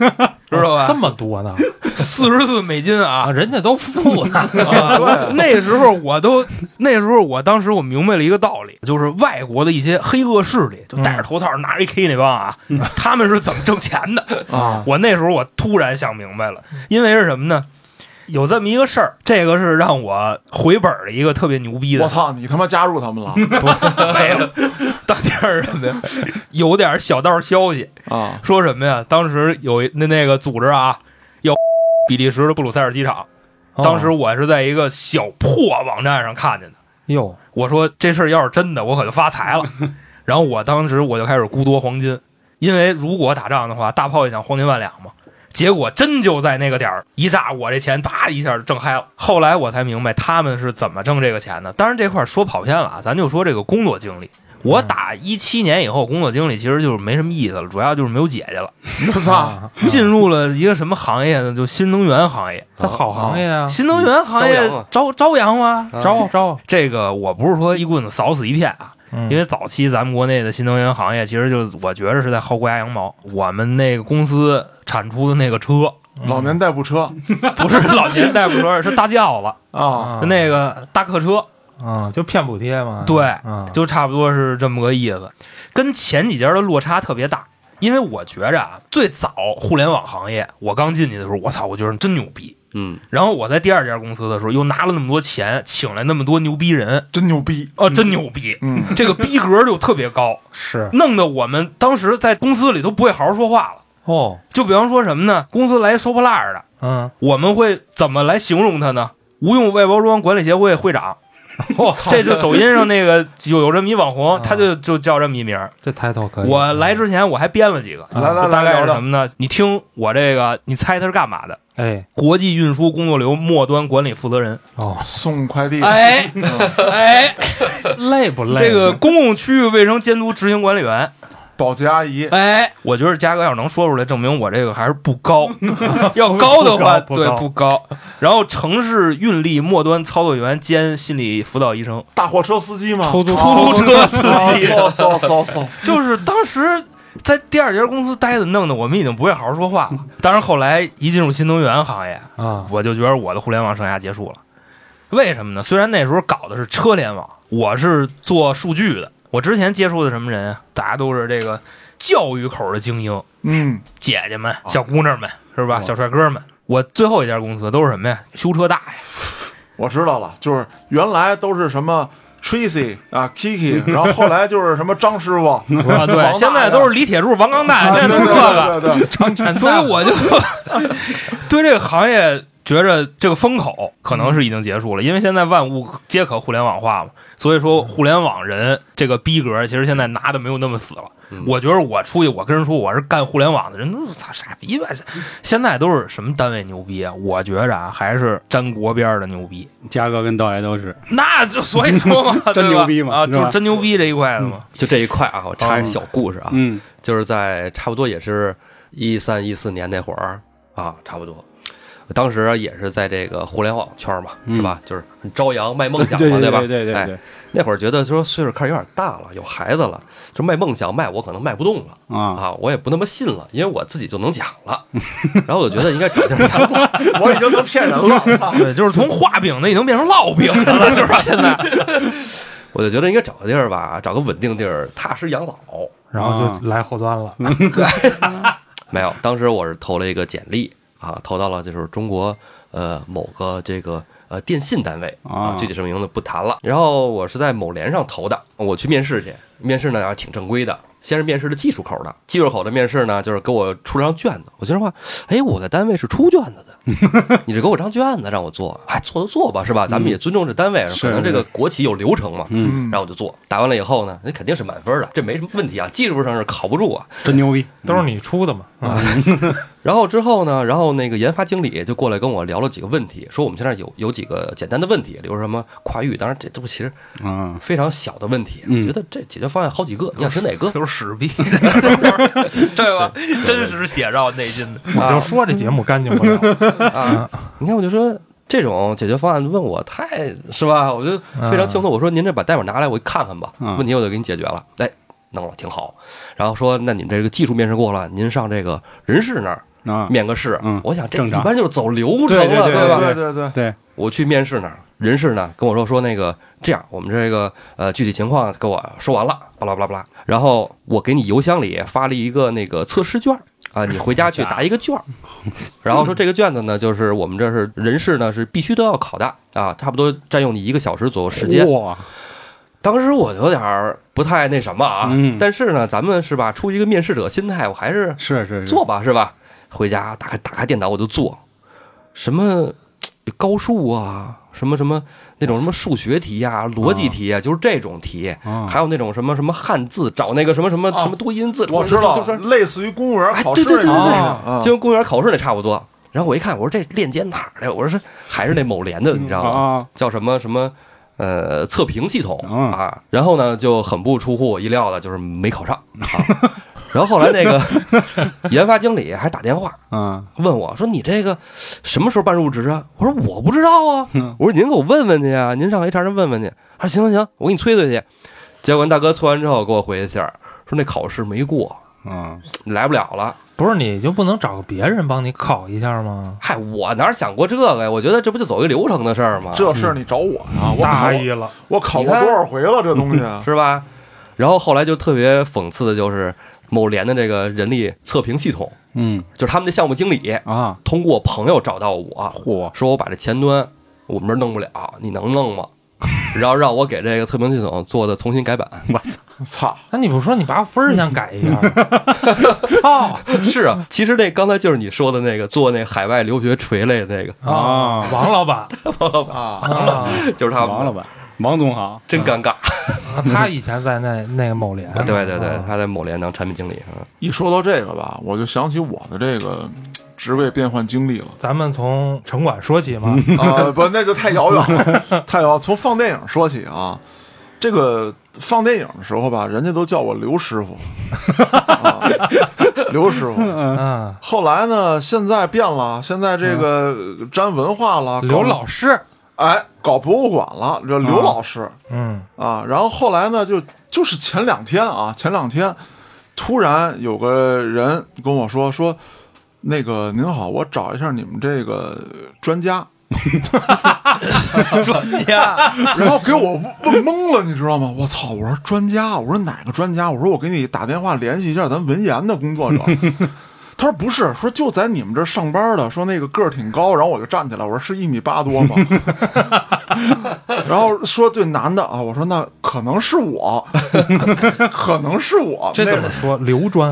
[SPEAKER 8] 道
[SPEAKER 1] 这
[SPEAKER 8] 吧？
[SPEAKER 1] 么多呢？
[SPEAKER 8] 四十四美金嗯啊
[SPEAKER 1] 啊，！人家都付呢。
[SPEAKER 8] 啊那时候我都，那时候我当时我明白了一个道理，就是外国的一些黑恶势力，就戴着头套、拿着 AK 那帮啊，他们是怎么挣钱的
[SPEAKER 1] 啊？
[SPEAKER 8] 我那时候我突然想明白了，因为是什么呢？有这么一个事儿，这个是让我回本儿的一个特别牛逼
[SPEAKER 6] 真的
[SPEAKER 8] 的
[SPEAKER 6] 我，操，你他妈加入他们 了
[SPEAKER 8] 没有， 当天是什么呀？有点小道消息，
[SPEAKER 6] 啊！
[SPEAKER 8] 说什么呀？当时有一那那个组织啊，要比利时的布鲁塞尔机场。 当时
[SPEAKER 1] 哦
[SPEAKER 8] 我是在一个小破网站上看见的。
[SPEAKER 1] 哟，
[SPEAKER 8] 我说这事儿要是真的，我可就发 财了。然后我当时我就开始估多黄金，因为如果打仗的话，大炮一响，黄金万两嘛。结果真就在那个点儿一炸，我这钱啪一下就挣嗨了。后来我才明白他们是怎么挣这个钱的。当然这块儿说跑偏了啊，咱就说这个工作经历。我
[SPEAKER 4] 嗯
[SPEAKER 8] 打一七年以后，工作经历其实就是没什么意思了，主要就是没有姐姐了。
[SPEAKER 6] 我操，
[SPEAKER 1] 啊，
[SPEAKER 4] 嗯
[SPEAKER 8] 进入了一个什么行业呢？就新能源行业。
[SPEAKER 1] 这好行业啊，
[SPEAKER 8] 新能源行业
[SPEAKER 4] 朝阳啊
[SPEAKER 8] 朝朝阳吗？
[SPEAKER 4] 啊
[SPEAKER 1] 招招，
[SPEAKER 8] 这个我不是说一棍子扫死一片啊，
[SPEAKER 1] 因
[SPEAKER 8] 因为早期咱们国内的新能源行业，其实就我觉着是在薅国家羊毛。我们那个公司产出的那个车，
[SPEAKER 6] 老年代步车
[SPEAKER 8] 不是老年代步车，是大轿子，
[SPEAKER 6] 啊！
[SPEAKER 8] 那个大客车，
[SPEAKER 1] 嗯啊，就骗补贴嘛。
[SPEAKER 8] 嗯对
[SPEAKER 1] 啊，
[SPEAKER 8] 就差不多是这么个意思，跟前几家的落差特别大。因为我觉着啊，最早互联网行业，我刚进去的时候，我操，我觉得真牛逼。
[SPEAKER 4] 嗯，
[SPEAKER 8] 然后我在第二家公司的时候，又拿了那么多钱，请来那么多牛逼人，
[SPEAKER 6] 真牛逼！
[SPEAKER 8] 啊，真牛逼！
[SPEAKER 6] 嗯，
[SPEAKER 8] 这个逼格就特别高，
[SPEAKER 1] 是
[SPEAKER 8] 弄得我们当时在公司里都不会好好说话了。
[SPEAKER 1] 哦，
[SPEAKER 8] 就比方说什么呢？公司来一收破烂儿的，
[SPEAKER 1] 嗯，
[SPEAKER 8] 我们会怎么来形容他呢？无用外包装管理协会会长，
[SPEAKER 1] 哦，
[SPEAKER 8] 这就抖音上那个有有这么一网红，他就就叫这么一名儿。
[SPEAKER 1] 这抬头可以。
[SPEAKER 8] 我来之前我还编了几个，
[SPEAKER 1] 哎啊
[SPEAKER 6] 来来
[SPEAKER 8] 嗯就大
[SPEAKER 6] 来，聊
[SPEAKER 8] 概是
[SPEAKER 6] 聊
[SPEAKER 8] 什么呢？你听我这个，你猜他是干嘛的？
[SPEAKER 1] 哎
[SPEAKER 8] 国际运输工作流末端管理负责人。
[SPEAKER 1] 哦，
[SPEAKER 6] 送快递。嗯
[SPEAKER 8] 哎哎，
[SPEAKER 1] 累不累？
[SPEAKER 8] 这个公共区域卫生监督执行管理员，
[SPEAKER 6] 保洁阿姨，
[SPEAKER 3] 哎，
[SPEAKER 8] 我觉得嘉哥要是能说出来，证明我这个还是不高。要高的话，
[SPEAKER 2] 不高不
[SPEAKER 8] 对
[SPEAKER 2] 高
[SPEAKER 8] 不高。然后城市运力末端操作员兼心理辅导医生，
[SPEAKER 6] 大货车司机吗？啊
[SPEAKER 1] 出租
[SPEAKER 2] 哦
[SPEAKER 8] 出租车司机，
[SPEAKER 6] 哦，骚骚骚骚，
[SPEAKER 8] 就是当时在第二家公司待的，弄得我们已经不会好好说话了。当然后来一进入新能源行业，
[SPEAKER 1] 啊，
[SPEAKER 8] 我就觉得我的互联网生涯结束了。为什么呢？虽然那时候搞的是车联网，我是做数据的。我之前接触的什么人啊？大家都是这个教育口的精英，
[SPEAKER 6] 嗯，
[SPEAKER 8] 姐姐
[SPEAKER 2] 哦
[SPEAKER 8] 们、小姑娘们，是吧？小帅哥们。我最后一家公司都是什么呀？修车大爷，
[SPEAKER 6] 我知道了，就是原来都是什么 Tracy 啊 Kiki，然后后来就是什么张师傅，
[SPEAKER 8] 啊对，现在都是李铁柱、王刚蛋，
[SPEAKER 6] 啊，
[SPEAKER 8] 现
[SPEAKER 6] 对
[SPEAKER 8] 在都
[SPEAKER 6] 对
[SPEAKER 8] 是这
[SPEAKER 6] 对
[SPEAKER 8] 个。
[SPEAKER 6] 对对，
[SPEAKER 1] 张全
[SPEAKER 8] 所以我就 对这个行业觉着这个风口可能是已经结束了，因为现在万物皆可互联网化嘛，所以说互联网人这个逼格其实现在拿的没有那么死了。
[SPEAKER 4] 嗯
[SPEAKER 8] 我觉得我出去，我跟人说我是干互联网的人，都操傻逼吧！现在都是什么单位牛逼啊？我觉着啊，还是沾国边儿的牛逼。
[SPEAKER 3] 嘉哥跟道爷都是，
[SPEAKER 8] 那就所以说 嘛，对吧
[SPEAKER 3] 真牛逼嘛
[SPEAKER 8] 啊，
[SPEAKER 3] 是
[SPEAKER 8] 就
[SPEAKER 3] 吧
[SPEAKER 8] 是真牛逼这一块的嘛。
[SPEAKER 4] 就这一块啊，我插一小故事啊，
[SPEAKER 3] 嗯，
[SPEAKER 4] 就是在差不多也是一三一四年那会儿啊，差不多。我当时也是在这个互联网圈嘛，
[SPEAKER 3] 嗯
[SPEAKER 4] 是吧？就是很朝阳卖梦
[SPEAKER 3] 对
[SPEAKER 4] 想
[SPEAKER 3] 对
[SPEAKER 4] 嘛，
[SPEAKER 3] 对
[SPEAKER 4] 吧？
[SPEAKER 3] 对对
[SPEAKER 4] 哎
[SPEAKER 3] 对对
[SPEAKER 4] 那会儿觉得说岁数开始有点大了，有孩子了，这卖梦想卖我可能卖不动了
[SPEAKER 3] 啊，
[SPEAKER 4] 啊，我也不那么信了，因为我自己就能讲了。然后我就觉得应该找点人了，
[SPEAKER 6] 我已经能骗人了，
[SPEAKER 8] 对，就是从画饼的已经变成烙饼的 了，是吧？现在
[SPEAKER 4] 我就觉得应该找个地儿吧，找个稳定地儿，踏实养老。
[SPEAKER 1] 然后就来后端了，
[SPEAKER 4] 没有，当时我是投了一个简历啊，投到了就是中国呃某个这个呃电信单位
[SPEAKER 3] 啊
[SPEAKER 4] 啊，具体什么名字不谈了。然后我是在某联上投的，我去面试去，面试呢还挺正规的。先是面试的技术口的，技术口的面试呢，就是给我出了张卷子。我觉得话，哎，我在单位是出卷子的，你这给我张卷子让我做，哎，做就做吧，是吧？咱们也尊重这单位，可能这个国企有流程嘛。
[SPEAKER 3] 嗯，
[SPEAKER 4] 然后我就做，打完了以后呢，那肯定是满分的，这没什么问题啊，技术上是考不住啊。
[SPEAKER 3] 真牛逼，
[SPEAKER 1] 都是你出的嘛，啊，
[SPEAKER 4] 然后之后呢，然后那个研发经理就过来跟我聊了几个问题，说我们现在有有几个简单的问题，比如什么跨域，当然这这不其实
[SPEAKER 3] 啊，
[SPEAKER 4] 非常小的问题，
[SPEAKER 3] 嗯
[SPEAKER 4] 我觉得这解决方案好几个，你想听哪个？
[SPEAKER 8] 都是屎逼， 对吧？真实写照内心的。
[SPEAKER 1] 我就说这节目干净不了，
[SPEAKER 4] 啊，你看我就说这种解决方案问我太是吧，我就非常轻松。我说您这把代码拿来，我看看吧，
[SPEAKER 3] 嗯
[SPEAKER 4] 问题我就给你解决了。哎，弄了挺好。然后说那你们这个技术面试过了，您上这个人事那儿
[SPEAKER 3] 啊，
[SPEAKER 4] 面个试。
[SPEAKER 3] 嗯
[SPEAKER 4] 我想这
[SPEAKER 3] 正
[SPEAKER 4] 一
[SPEAKER 3] 常
[SPEAKER 4] 般就是走流程了，
[SPEAKER 3] 对对对
[SPEAKER 4] 吧？
[SPEAKER 6] 对对对，
[SPEAKER 3] 对，
[SPEAKER 4] 我去面试那儿，人事呢跟我说说那个这样，我们这个呃具体情况给我说完了，巴拉巴拉巴拉。然后我给你邮箱里发了一个那个测试卷儿啊，你回家去答一个卷儿。然后说这个卷子呢，就是我们这是人事呢是必须都要考的啊，差不多占用你一个小时左右时
[SPEAKER 8] 哦
[SPEAKER 4] 间。
[SPEAKER 3] 哇，
[SPEAKER 4] 当时我有点儿不太那什么啊，
[SPEAKER 3] 嗯
[SPEAKER 4] 但是呢，咱们是吧，出于一个面试者心态，我还是
[SPEAKER 3] 是是是，
[SPEAKER 4] 做吧，是吧？回家打开打开电脑我就做，什么高数啊，什么什么那种什么数学题呀、逻
[SPEAKER 6] 嗯
[SPEAKER 4] 辑题呀、就是这种题，
[SPEAKER 3] 啊，
[SPEAKER 4] 还有那种什么什么汉字，找那个什么什么
[SPEAKER 6] 啊
[SPEAKER 4] 什么多音字，
[SPEAKER 6] 我知道
[SPEAKER 4] 就，是
[SPEAKER 6] 类似于公务员考试
[SPEAKER 4] 哎对对对对对
[SPEAKER 6] 啊
[SPEAKER 4] 就跟公务员考试那差不多。然后我一看，我说这链接哪儿的？我说是还是那某联的，你知道
[SPEAKER 6] 嗯
[SPEAKER 4] 吗？
[SPEAKER 3] 啊，
[SPEAKER 4] 叫什么什么呃测评系统
[SPEAKER 3] 嗯
[SPEAKER 4] 啊。然后呢，就很不出乎我意料的，就是没考上啊。 然后后来那个 研发经理还打电话，
[SPEAKER 3] 啊，
[SPEAKER 4] 问我说：“你这个什么时候办入职啊？”我说：“我不知道啊。
[SPEAKER 3] 嗯”
[SPEAKER 4] 我说：“您给我问问去啊，您上 HR 那问问去。”他说：“行行行，我给你催催去。”结果大哥催完之后给我回一信儿，说那考试没过，
[SPEAKER 3] 啊，
[SPEAKER 4] 来不了了。
[SPEAKER 1] 不是你就不能找个别人帮你考一下吗？
[SPEAKER 4] 嗨，我哪想过这个呀？我觉得这不就走一流程的事儿吗？
[SPEAKER 6] 这事儿你找我啊，我
[SPEAKER 1] 大
[SPEAKER 6] 考
[SPEAKER 1] 意了，
[SPEAKER 6] 我考过多少回了这东西 啊，
[SPEAKER 4] 是吧？然后后来就特别讽刺的就是某联的这个人力测评系统，
[SPEAKER 3] 嗯
[SPEAKER 4] 就是他们的项目经理
[SPEAKER 3] 啊，
[SPEAKER 4] 通过朋友找到我，
[SPEAKER 3] 嚯，
[SPEAKER 4] 说我把这前端我们这儿弄不了，你能弄吗？然后让我给这个测评系统做的重新改版。
[SPEAKER 6] 操
[SPEAKER 1] 那你不说你把分儿先改一 下吗，
[SPEAKER 6] 操，
[SPEAKER 4] 是啊， 其实那刚才就是你说的那个做那海外留学垂类那个，
[SPEAKER 1] 啊，
[SPEAKER 3] 啊
[SPEAKER 1] 王老 板
[SPEAKER 6] 啊，
[SPEAKER 1] 啊，
[SPEAKER 4] 就是他
[SPEAKER 3] 王老
[SPEAKER 4] 们，
[SPEAKER 3] 板，王总好，
[SPEAKER 4] 真尴尬。
[SPEAKER 1] 他以前在那那个某联，
[SPEAKER 4] 对对对
[SPEAKER 1] 啊，，
[SPEAKER 4] 他在某联当产品经理，嗯
[SPEAKER 6] 一说到这个吧，我就想起我的这个嗯职位变换经历了。
[SPEAKER 1] 咱们从城 管说起嘛，
[SPEAKER 6] 啊、不，那就太遥远了，太遥。从放电影说起啊，这个放电影的时候吧，人家都叫我刘师傅，啊、刘师傅。
[SPEAKER 1] 啊，
[SPEAKER 6] 后来呢，现在变了，现在这个呃沾文化了，搞
[SPEAKER 1] 刘老师，啊
[SPEAKER 6] 哎搞博物馆了，这刘老师
[SPEAKER 1] 嗯
[SPEAKER 6] 啊。然后后来呢，就就是前两天啊，前两天突然有个人跟我说说，那个您好，我找一下你们这个专家，
[SPEAKER 8] 专家，
[SPEAKER 6] 然后给我问懵了，你知道吗？我操！我说专家，我说哪个专家？我说我给你打电话联系一下咱文研的工作者。 他说不是，说就在你们这儿上班的，说那个个儿挺高，然后我就站起来，我说是一米八多吗？ 然后说对男的啊，我说那可能是我， 可能是我。
[SPEAKER 1] 这
[SPEAKER 6] 那
[SPEAKER 1] 怎么说？刘 专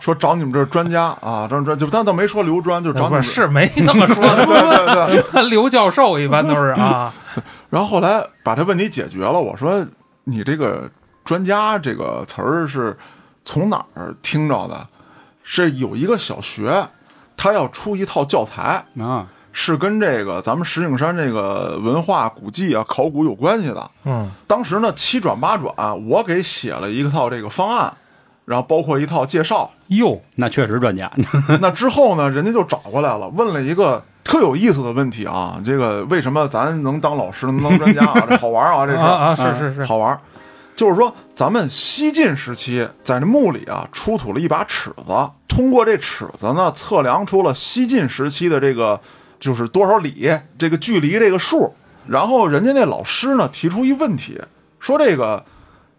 [SPEAKER 6] 说找你们这儿专家啊，找专就但倒没说刘专，就找你
[SPEAKER 1] 呃不
[SPEAKER 6] 们
[SPEAKER 1] 是是没那么说
[SPEAKER 6] 对 对对。
[SPEAKER 1] 的，刘教授一般都是啊，
[SPEAKER 6] 然后后来把这问题解决了，我说你这个“专家”这个词儿是从哪儿听着的？是有一个小学，他要出一套教材，
[SPEAKER 3] 啊，
[SPEAKER 6] 是跟这个咱们石景山这个文化古迹啊、考古有关系的。
[SPEAKER 1] 嗯
[SPEAKER 6] 当时呢，七转八转，我给写了一套这个方案，然后包括一套介绍。
[SPEAKER 1] 哟，
[SPEAKER 3] 那确实专家，
[SPEAKER 6] 那之后呢，人家就找过来了，问了一个特有意思的问题啊，这个为什么咱能当老师、能当专家啊？这好玩啊，这
[SPEAKER 1] 啊
[SPEAKER 6] 事儿
[SPEAKER 1] 啊，是是是，
[SPEAKER 6] 好玩儿。就是说，咱们西晋时期在这墓里啊，出土了一把尺子，通过这尺子呢，测量出了西晋时期的这个就是多少里这个距离这个数。然后人家那老师呢提出一问题，说这个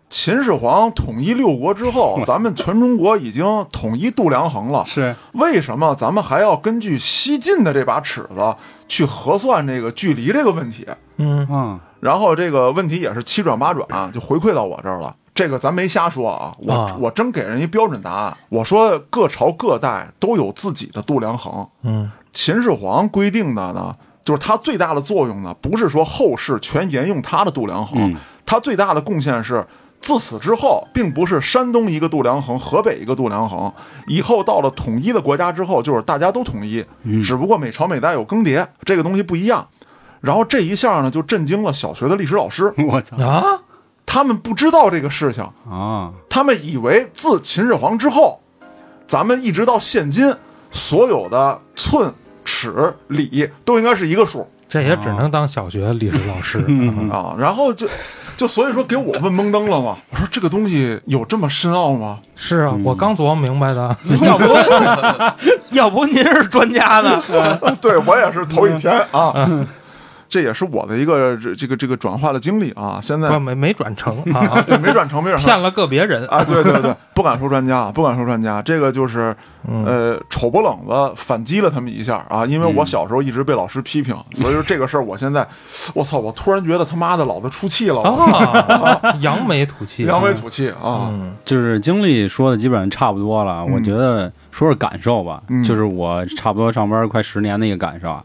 [SPEAKER 6] 秦始皇统一六国之后，咱们全中国已经统一度量衡了，
[SPEAKER 3] 是
[SPEAKER 6] 为什么咱们还要根据西晋的这把尺子去核算这个距离这个问题？
[SPEAKER 1] 嗯
[SPEAKER 3] 嗯，
[SPEAKER 6] 然后这个问题也是七转八转、啊就回馈到我这儿了。这个咱没瞎说啊，我、
[SPEAKER 1] 啊
[SPEAKER 6] 我真给人一标准答案。我说各朝各代都有自己的度量衡，
[SPEAKER 1] 嗯
[SPEAKER 6] 秦始皇规定的呢，就是它最大的作用呢，不是说后世全沿用它的度量衡，
[SPEAKER 3] 嗯
[SPEAKER 6] 它最大的贡献是。自此之后，并不是山东一个度量衡，河北一个度量衡。以后到了统一的国家之后，就是大家都统一，只不过每朝每代有更迭，这个东西不一样。然后这一下呢，就震惊了小学的历史老师，
[SPEAKER 3] 我操
[SPEAKER 1] 啊，
[SPEAKER 6] 他们不知道这个事情，
[SPEAKER 3] 啊，
[SPEAKER 6] 他们以为自秦始皇之后，咱们一直到现今，所有的寸、尺、里都应该是一个数
[SPEAKER 1] 这也只能当小学历史老师，
[SPEAKER 3] 嗯
[SPEAKER 6] 啊。然后就就所以说给我问懵登了嘛，我说这个东西有这么深奥吗？
[SPEAKER 1] 是啊，我刚琢磨明白的，
[SPEAKER 8] 要不要不您是专家呢？
[SPEAKER 6] 对我也是头一天啊。这也是我的一个这这个这个转化的经历啊，现
[SPEAKER 1] 不
[SPEAKER 6] 在
[SPEAKER 1] 没没转成啊，
[SPEAKER 6] 对没转成，没转成，
[SPEAKER 1] 骗了个别人，
[SPEAKER 6] 啊，对对对，不敢说专家，啊不敢说专家，这个就是，呃，丑不冷子反击了他们一下啊，因为我小时候一直被老师批评，所以说这个事儿，我现在，我操，我突然觉得他妈的老子出气了，我
[SPEAKER 1] 啊，扬眉吐气，
[SPEAKER 6] 扬眉吐气啊，
[SPEAKER 1] 嗯
[SPEAKER 3] 就是经历说的基本上差不多了，我觉得说说感受吧，
[SPEAKER 6] 嗯
[SPEAKER 3] 就是我差不多上班快十年的一个感受啊。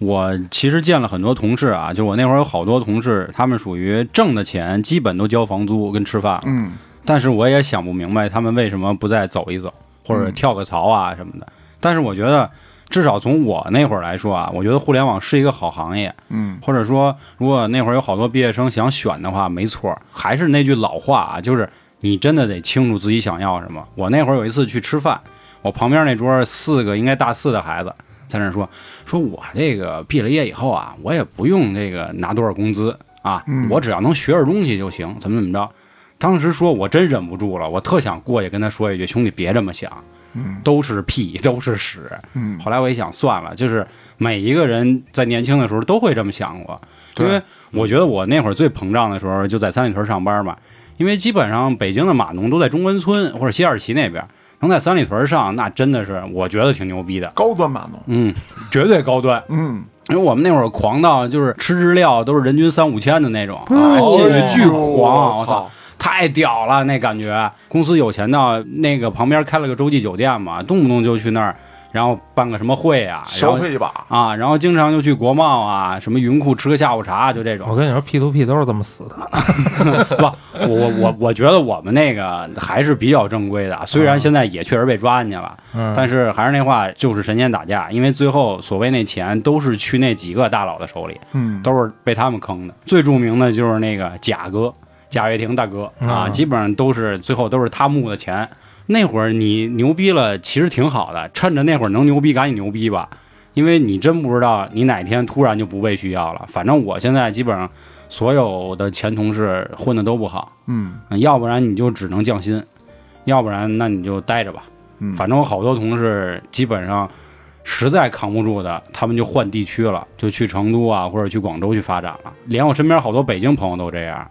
[SPEAKER 3] 我其实见了很多同事啊，就我那会儿有好多同事，他们属于挣的钱基本都交房租跟吃饭了，
[SPEAKER 6] 嗯
[SPEAKER 3] 但是我也想不明白他们为什么不再走一走，或者跳个槽啊什么的。但是我觉得，至少从我那会儿来说啊，我觉得互联网是一个好行业，
[SPEAKER 6] 嗯
[SPEAKER 3] 或者说，如果那会儿有好多毕业生想选的话，没错儿，还是那句老话啊，就是你真的得清楚自己想要什么。我那会儿有一次去吃饭，我旁边那桌儿四个应该大四的孩子在那儿说，说我这个毕了业以后啊，我也不用这个拿多少工资啊，
[SPEAKER 6] 嗯
[SPEAKER 3] 我只要能学点东西就行，怎么怎么着。当时说我真忍不住了，我特想过去跟他说一句，兄弟别这么想，
[SPEAKER 6] 嗯
[SPEAKER 3] 都是屁， 都是屎。
[SPEAKER 6] 嗯
[SPEAKER 3] 后来我一想，算了，就是每一个人在年轻的时候都会这么想过，
[SPEAKER 6] 对嗯
[SPEAKER 3] 因为我觉得我那会儿最膨胀的时候就在三里屯上班嘛，因为基本上北京的码农都在中关村或者西二旗那边，能在三里屯上，那真的是我觉得挺牛逼的，
[SPEAKER 6] 高端码农，
[SPEAKER 3] 嗯， 绝对高端。
[SPEAKER 6] 嗯，
[SPEAKER 3] 因为我们那会儿狂到就是吃日料都是人均三五千的那种，啊，
[SPEAKER 6] 哦
[SPEAKER 3] 进去巨狂，啊
[SPEAKER 6] 我操
[SPEAKER 3] 我操！，太屌了，那感觉。公司有钱到那个旁边开了个洲际酒店嘛，动不动就去那儿然后办个什么会啊，然
[SPEAKER 6] 消
[SPEAKER 3] 后
[SPEAKER 6] 费一把，
[SPEAKER 3] 啊，然后经常就去国贸啊，什么云库吃个下午茶，就这种
[SPEAKER 1] 我。跟你说，P to P 都是这么死的。
[SPEAKER 3] 不， 我我我我觉得我们那个还是比较正规的，虽然现在也确实被抓进去了，
[SPEAKER 1] 嗯，
[SPEAKER 3] 但是还是那话，就是神仙打架，因为最后所谓那钱都是去那几个大佬的手里，
[SPEAKER 6] 嗯，
[SPEAKER 3] 都是被他们坑的。最著名的就是那个贾哥，贾跃亭大哥啊，
[SPEAKER 1] 嗯
[SPEAKER 3] 基本上都是最后都是他募的钱。那会儿你牛逼了，其实挺好的，趁着那会儿能牛逼，赶紧牛逼吧，因为你真不知道你哪天突然就不被需要了。反正我现在基本上所有的前同事混的都不好，
[SPEAKER 6] 嗯
[SPEAKER 3] 嗯要不然你就只能降薪，要不然那你就待着吧。
[SPEAKER 6] 嗯，
[SPEAKER 3] 反正我好多同事基本上实在扛不住的，他们就换地区了，就去成都啊，或者去广州去发展了。连我身边好多北京朋友都这样。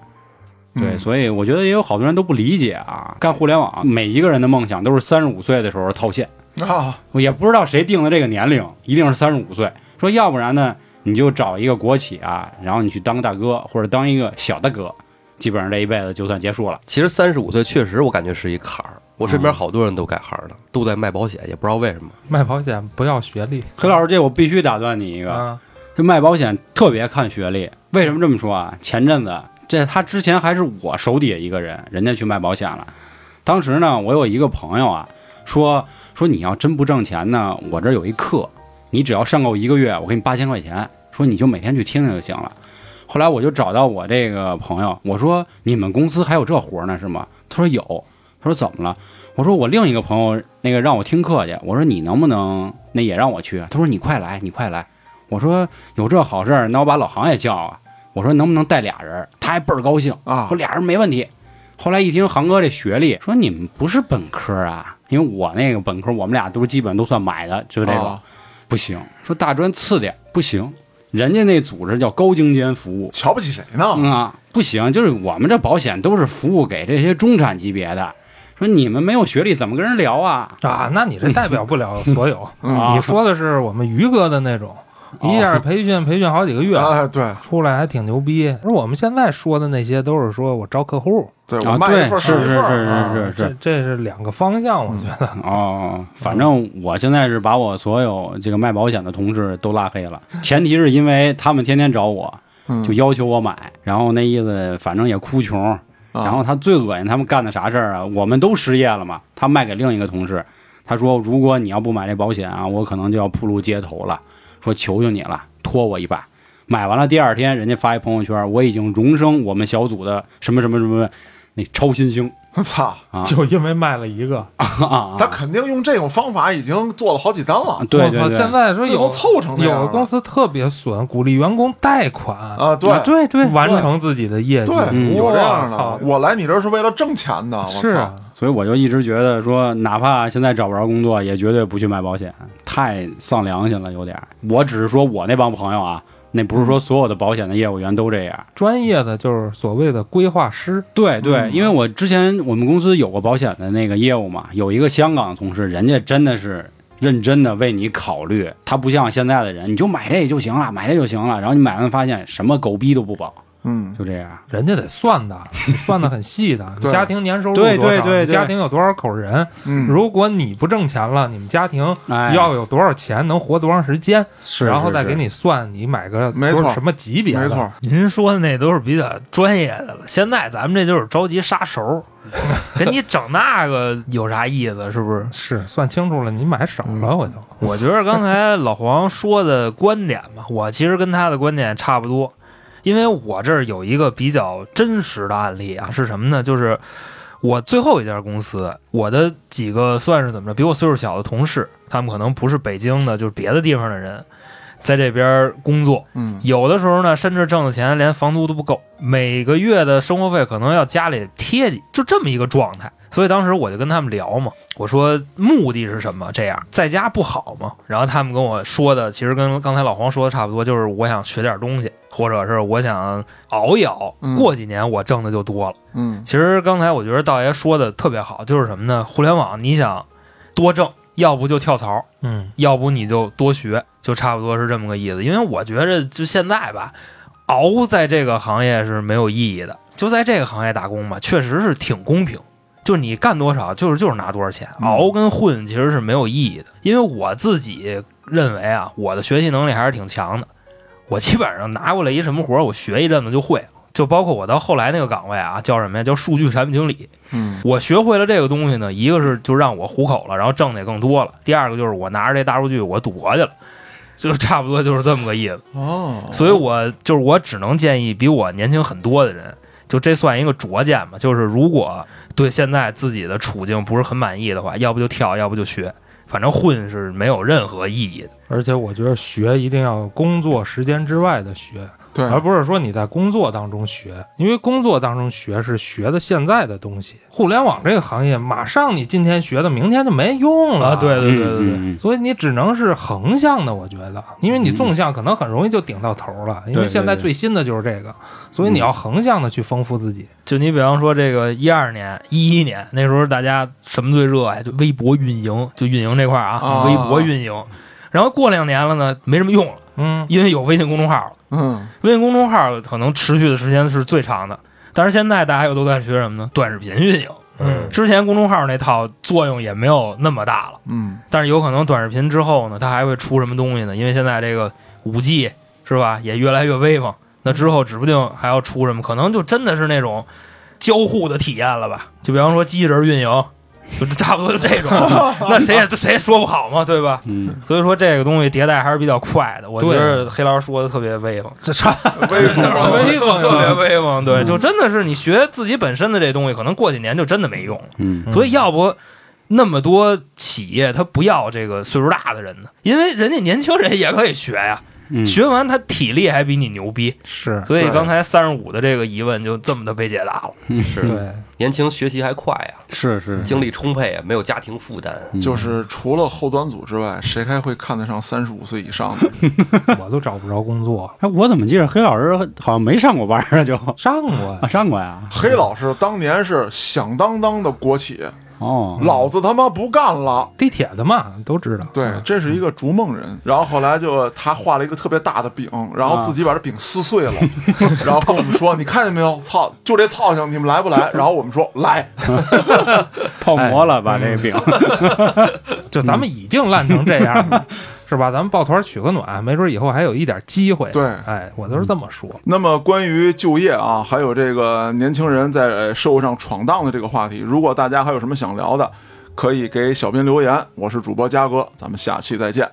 [SPEAKER 3] 对，
[SPEAKER 6] 嗯
[SPEAKER 3] 所以我觉得也有好多人都不理解啊，干互联网，每一个人的梦想都是三十五岁的时候套现。
[SPEAKER 6] 啊，
[SPEAKER 3] 我也不知道谁定的这个年龄，一定是三十五岁。说要不然呢，你就找一个国企啊，然后你去当大哥或者当一个小大哥，基本上这一辈子就算结束了。
[SPEAKER 4] 其实三十五岁确实我感觉是一坎儿，我身边好多人都改行了，都在卖保险，也不知道为什么。
[SPEAKER 1] 卖保险不要学历
[SPEAKER 3] 何老师，这我必须打断你一个，
[SPEAKER 1] 啊，
[SPEAKER 3] 这卖保险特别看学历，为什么这么说啊？前阵子这他之前还是我手底下一个人，人家去卖保险了。当时呢，我有一个朋友啊，说说你要真不挣钱呢，我这儿有一课，你只要上够一个月，我给你八千块钱，说你就每天去听听就行了。后来我就找到我这个朋友，我说你们公司还有这活呢是吗？他说有，他说怎么了？我说我另一个朋友那个让我听课去，我说你能不能那也让我去啊？他说你快来，你快来。我说有这好事儿，那我把老航也叫啊。我说能不能带俩人儿？他还倍儿高兴
[SPEAKER 6] 啊
[SPEAKER 3] 说俩人没问题。后来一听航哥这学历，说你们不是本科啊？因为我那个本科，我们俩都基本都算买的，就
[SPEAKER 6] 就
[SPEAKER 3] 这种、不行。说大专次点不行，人家那组织叫高精尖服务，
[SPEAKER 6] 瞧不起谁呢？
[SPEAKER 3] 嗯啊，不行，就是我们这保险都是服务给这些中产级别的。说你们没有学历怎么跟人聊啊？
[SPEAKER 1] 啊，那你这代表不了所有。
[SPEAKER 3] 啊
[SPEAKER 1] 你说的是我们于哥的那种，
[SPEAKER 3] 哦
[SPEAKER 1] 一下培训培训好几个月，
[SPEAKER 6] 哎，对
[SPEAKER 1] 出来还挺牛逼。而我们现在说的那些都是说我招客户，
[SPEAKER 6] 对，
[SPEAKER 3] 啊
[SPEAKER 6] 我卖一份
[SPEAKER 3] 对
[SPEAKER 6] 儿
[SPEAKER 3] 是
[SPEAKER 6] 一份儿
[SPEAKER 3] 是
[SPEAKER 6] 啊
[SPEAKER 3] 是是嗯
[SPEAKER 1] 这这是两个方向，我觉得。
[SPEAKER 3] 哦，反正我现在是把我所有这个卖保险的同事都拉黑了，前提是因为他们天天找我，
[SPEAKER 6] 嗯
[SPEAKER 3] 就要求我买，然后那意思反正也哭穷，
[SPEAKER 6] 啊
[SPEAKER 3] 然后他最恶心他们干的啥事儿啊？我们都失业了嘛，他卖给另一个同事，他说如果你要不买这保险啊，我可能就要铺路街头了，说求求你了，拖我一把。买完了第二天，人家发一朋友圈，我已经荣升我们小组的什么什么什么那超新星
[SPEAKER 6] 操，
[SPEAKER 3] 啊
[SPEAKER 1] 就因为卖了一个，
[SPEAKER 3] 啊啊！
[SPEAKER 6] 他肯定用这种方法已经做了好几单了，
[SPEAKER 3] 对
[SPEAKER 1] 啊我
[SPEAKER 3] 对
[SPEAKER 1] 操
[SPEAKER 3] 对，
[SPEAKER 1] 现在说
[SPEAKER 6] 最后
[SPEAKER 1] 有
[SPEAKER 6] 凑成这样
[SPEAKER 1] 有的公司特别损，鼓励员工贷款，
[SPEAKER 6] 啊，对
[SPEAKER 3] 啊对对，
[SPEAKER 1] 完成自己的业绩。
[SPEAKER 6] 对
[SPEAKER 3] 嗯，
[SPEAKER 6] 有这样
[SPEAKER 1] 我操
[SPEAKER 6] 的，我来你这儿是为了挣钱的，我
[SPEAKER 1] 是
[SPEAKER 6] 操，
[SPEAKER 1] 啊，
[SPEAKER 3] 所以我就一直觉得说，哪怕现在找不着工作，也绝对不去买保险，太丧良心了，有点儿。我只是说我那帮朋友啊，那不是说所有的保险的业务员都这样。
[SPEAKER 1] 专业的就是所谓的规划师，
[SPEAKER 3] 对对，因为我之前我们公司有过保险的那个业务嘛，有一个香港的同事，人家真的是认真的为你考虑，他不像现在的人，你就买这就行了，买这就行了，然后你买完发现什么狗逼都不保，
[SPEAKER 6] 嗯，
[SPEAKER 3] 就这样。
[SPEAKER 1] 人家得算 的，算的很细的。你
[SPEAKER 6] 对
[SPEAKER 1] 家庭年收入多
[SPEAKER 3] 对
[SPEAKER 1] 少？
[SPEAKER 3] 对对
[SPEAKER 1] 你
[SPEAKER 3] 对
[SPEAKER 1] 家庭有多少口人？
[SPEAKER 6] 嗯
[SPEAKER 1] 如果你不挣钱了，你们家庭
[SPEAKER 3] 哎，
[SPEAKER 1] 要有多少钱，能活多长时间，
[SPEAKER 3] 是，
[SPEAKER 1] 然后再给
[SPEAKER 3] 你。
[SPEAKER 1] 你算你买个
[SPEAKER 6] 没
[SPEAKER 1] 多
[SPEAKER 6] 错
[SPEAKER 1] 什么级别的
[SPEAKER 6] 没错，
[SPEAKER 8] 您说的那都是比较专业的了，现在咱们这就是着急杀 熟，给你整那个有啥意思？是不是？
[SPEAKER 1] 是算清楚了，你买少了我就
[SPEAKER 8] 我觉得刚才老黄说的观点吧， 我其实跟他的观点差不多，因为我这儿有一个比较真实的案例啊，是什么呢？就是我最后一家公司，我的几个算是怎么着，比我岁数小的同事，他们可能不是北京的，就是别的地方的人，在这边工作，
[SPEAKER 6] 嗯
[SPEAKER 8] 有的时候呢，甚至挣的钱连房租都不够，每个月的生活费可能要家里贴几，就这么一个状态。所以当时我就跟他们聊嘛，我说目的是什么？这样在家不好吗？然后他们跟我说的，其实跟刚才老黄说的差不多，就是我想学点东西，或者是我想熬一熬
[SPEAKER 6] 嗯，
[SPEAKER 8] 过几年我挣的就多了。
[SPEAKER 6] 嗯，
[SPEAKER 8] 其实刚才我觉得道爷说的特别好，就是什么呢？互联网你想多挣，要不就跳槽，
[SPEAKER 1] 嗯，
[SPEAKER 8] 要不你就多学，就差不多是这么个意思。因为我觉着就现在吧，熬在这个行业是没有意义的，就在这个行业打工吧，确实是挺公平。就是你干多少，就是就是拿多少钱，
[SPEAKER 6] 嗯
[SPEAKER 8] 熬跟混其实是没有意义的。因为我自己认为啊，我的学习能力还是挺强的，我基本上拿过来一什么活儿，我学一阵子就会了。就包括我到后来那个岗位啊，叫什么呀？叫数据产品经理。
[SPEAKER 6] 嗯
[SPEAKER 8] 我学会了这个东西呢，一个是就让我糊口了，然后挣的也更多了；第二个就是我拿着这大数据我赌博去了，就差不多就是这么个意思。
[SPEAKER 6] 哦，
[SPEAKER 8] 所以我就是我只能建议比我年轻很多的人，就这算一个拙见吧。就是如果对现在自己的处境不是很满意的话，要不就跳，要不就学，反正混是没有任何意义的。
[SPEAKER 1] 而且我觉得学一定要工作时间之外的学，
[SPEAKER 6] 对，
[SPEAKER 1] 而不是说你在工作当中学，因为工作当中学是学的现在的东西。互联网这个行业，马上你今天学的，明天就没用了。
[SPEAKER 8] 啊，对对对对对。
[SPEAKER 3] 嗯嗯
[SPEAKER 1] 所以你只能是横向的，我觉得，因为你纵向可能很容易就顶到头了，因
[SPEAKER 3] 对
[SPEAKER 1] 为
[SPEAKER 3] 对
[SPEAKER 1] 现在
[SPEAKER 3] 对
[SPEAKER 1] 最新的就是这个，所以你要横向的去丰富自己。
[SPEAKER 8] 就你比方说这个一二年、一一年那时候，大家什么最热啊爱？就微博运营，就运营这块儿啊，
[SPEAKER 6] 啊
[SPEAKER 8] 微博运营。然后过两年了呢，没什么用了，
[SPEAKER 1] 嗯，
[SPEAKER 8] 因为有微信公众号了。
[SPEAKER 6] 嗯，
[SPEAKER 8] 微信公众号可能持续的时间是最长的，但是现在大家又都在学什么呢？短视频运营。
[SPEAKER 1] 嗯
[SPEAKER 8] 之前公众号那套作用也没有那么大了，
[SPEAKER 6] 嗯，
[SPEAKER 8] 但是有可能短视频之后呢，它还会出什么东西呢？因为现在这个五 G 是吧，也越来越威风。那之后指不定还要出什么，可能就真的是那种交互的体验了吧？就比方说机器人运 营，就差不多就这种，那谁也谁也说不好嘛，对吧？
[SPEAKER 3] 嗯，
[SPEAKER 8] 所以说这个东西迭代还是比较快的。我觉
[SPEAKER 1] 对
[SPEAKER 8] 得黑老师说的特别威风，
[SPEAKER 1] 这差
[SPEAKER 6] 微博
[SPEAKER 1] 威风
[SPEAKER 8] 特别
[SPEAKER 1] 啊！
[SPEAKER 8] 威风，对，
[SPEAKER 3] 嗯
[SPEAKER 8] 就真的是你学自己本身的这东西，可能过几年就真的没用了。
[SPEAKER 3] 嗯
[SPEAKER 8] 所以要不那么多企业他不要这个岁数大的人呢，因为人家年轻人也可以学呀，
[SPEAKER 3] 嗯，
[SPEAKER 8] 学完他体力还比你牛逼。
[SPEAKER 1] 是
[SPEAKER 8] 所以
[SPEAKER 6] 对
[SPEAKER 8] 刚才三十五的这个疑问就这么的被解答了。
[SPEAKER 4] 是
[SPEAKER 1] 对，
[SPEAKER 4] 年轻学习还快呀，
[SPEAKER 3] 是是，
[SPEAKER 4] 精力充沛啊，没有家庭负担。
[SPEAKER 6] 就是除了后端组之外，谁还会看得上三十五岁以上的？
[SPEAKER 1] 我都找不着工作，
[SPEAKER 3] 哎，我怎么记着黑老师好像没上过班儿啊？就啊，
[SPEAKER 1] 上过呀。
[SPEAKER 3] 上过呀？
[SPEAKER 6] 黑老师当年是响当当的国企，
[SPEAKER 3] 哦，
[SPEAKER 6] 老子他妈不干了。
[SPEAKER 1] 地铁的嘛，都知道。
[SPEAKER 6] 对，这是一个逐梦人，嗯然后后来就他画了一个特别大的饼，然后自己把这饼撕碎 了，然后跟我们说：“你看见没有？操，就这操性，你们来不 来？”然后我们说：“来。
[SPEAKER 3] 泡馍了吧？这个饼，
[SPEAKER 1] 就咱们已经烂成这样 了，是吧？咱们抱团取个暖，没准以后还有一点机会。
[SPEAKER 6] 对
[SPEAKER 1] 哎，我都是这么说。”
[SPEAKER 6] 那么关于就业啊，还有这个年轻人在呃社会上闯荡的这个话题，如果大家还有什么想聊的，可以给小编留言。我是主播嘉哥，咱们下期再见。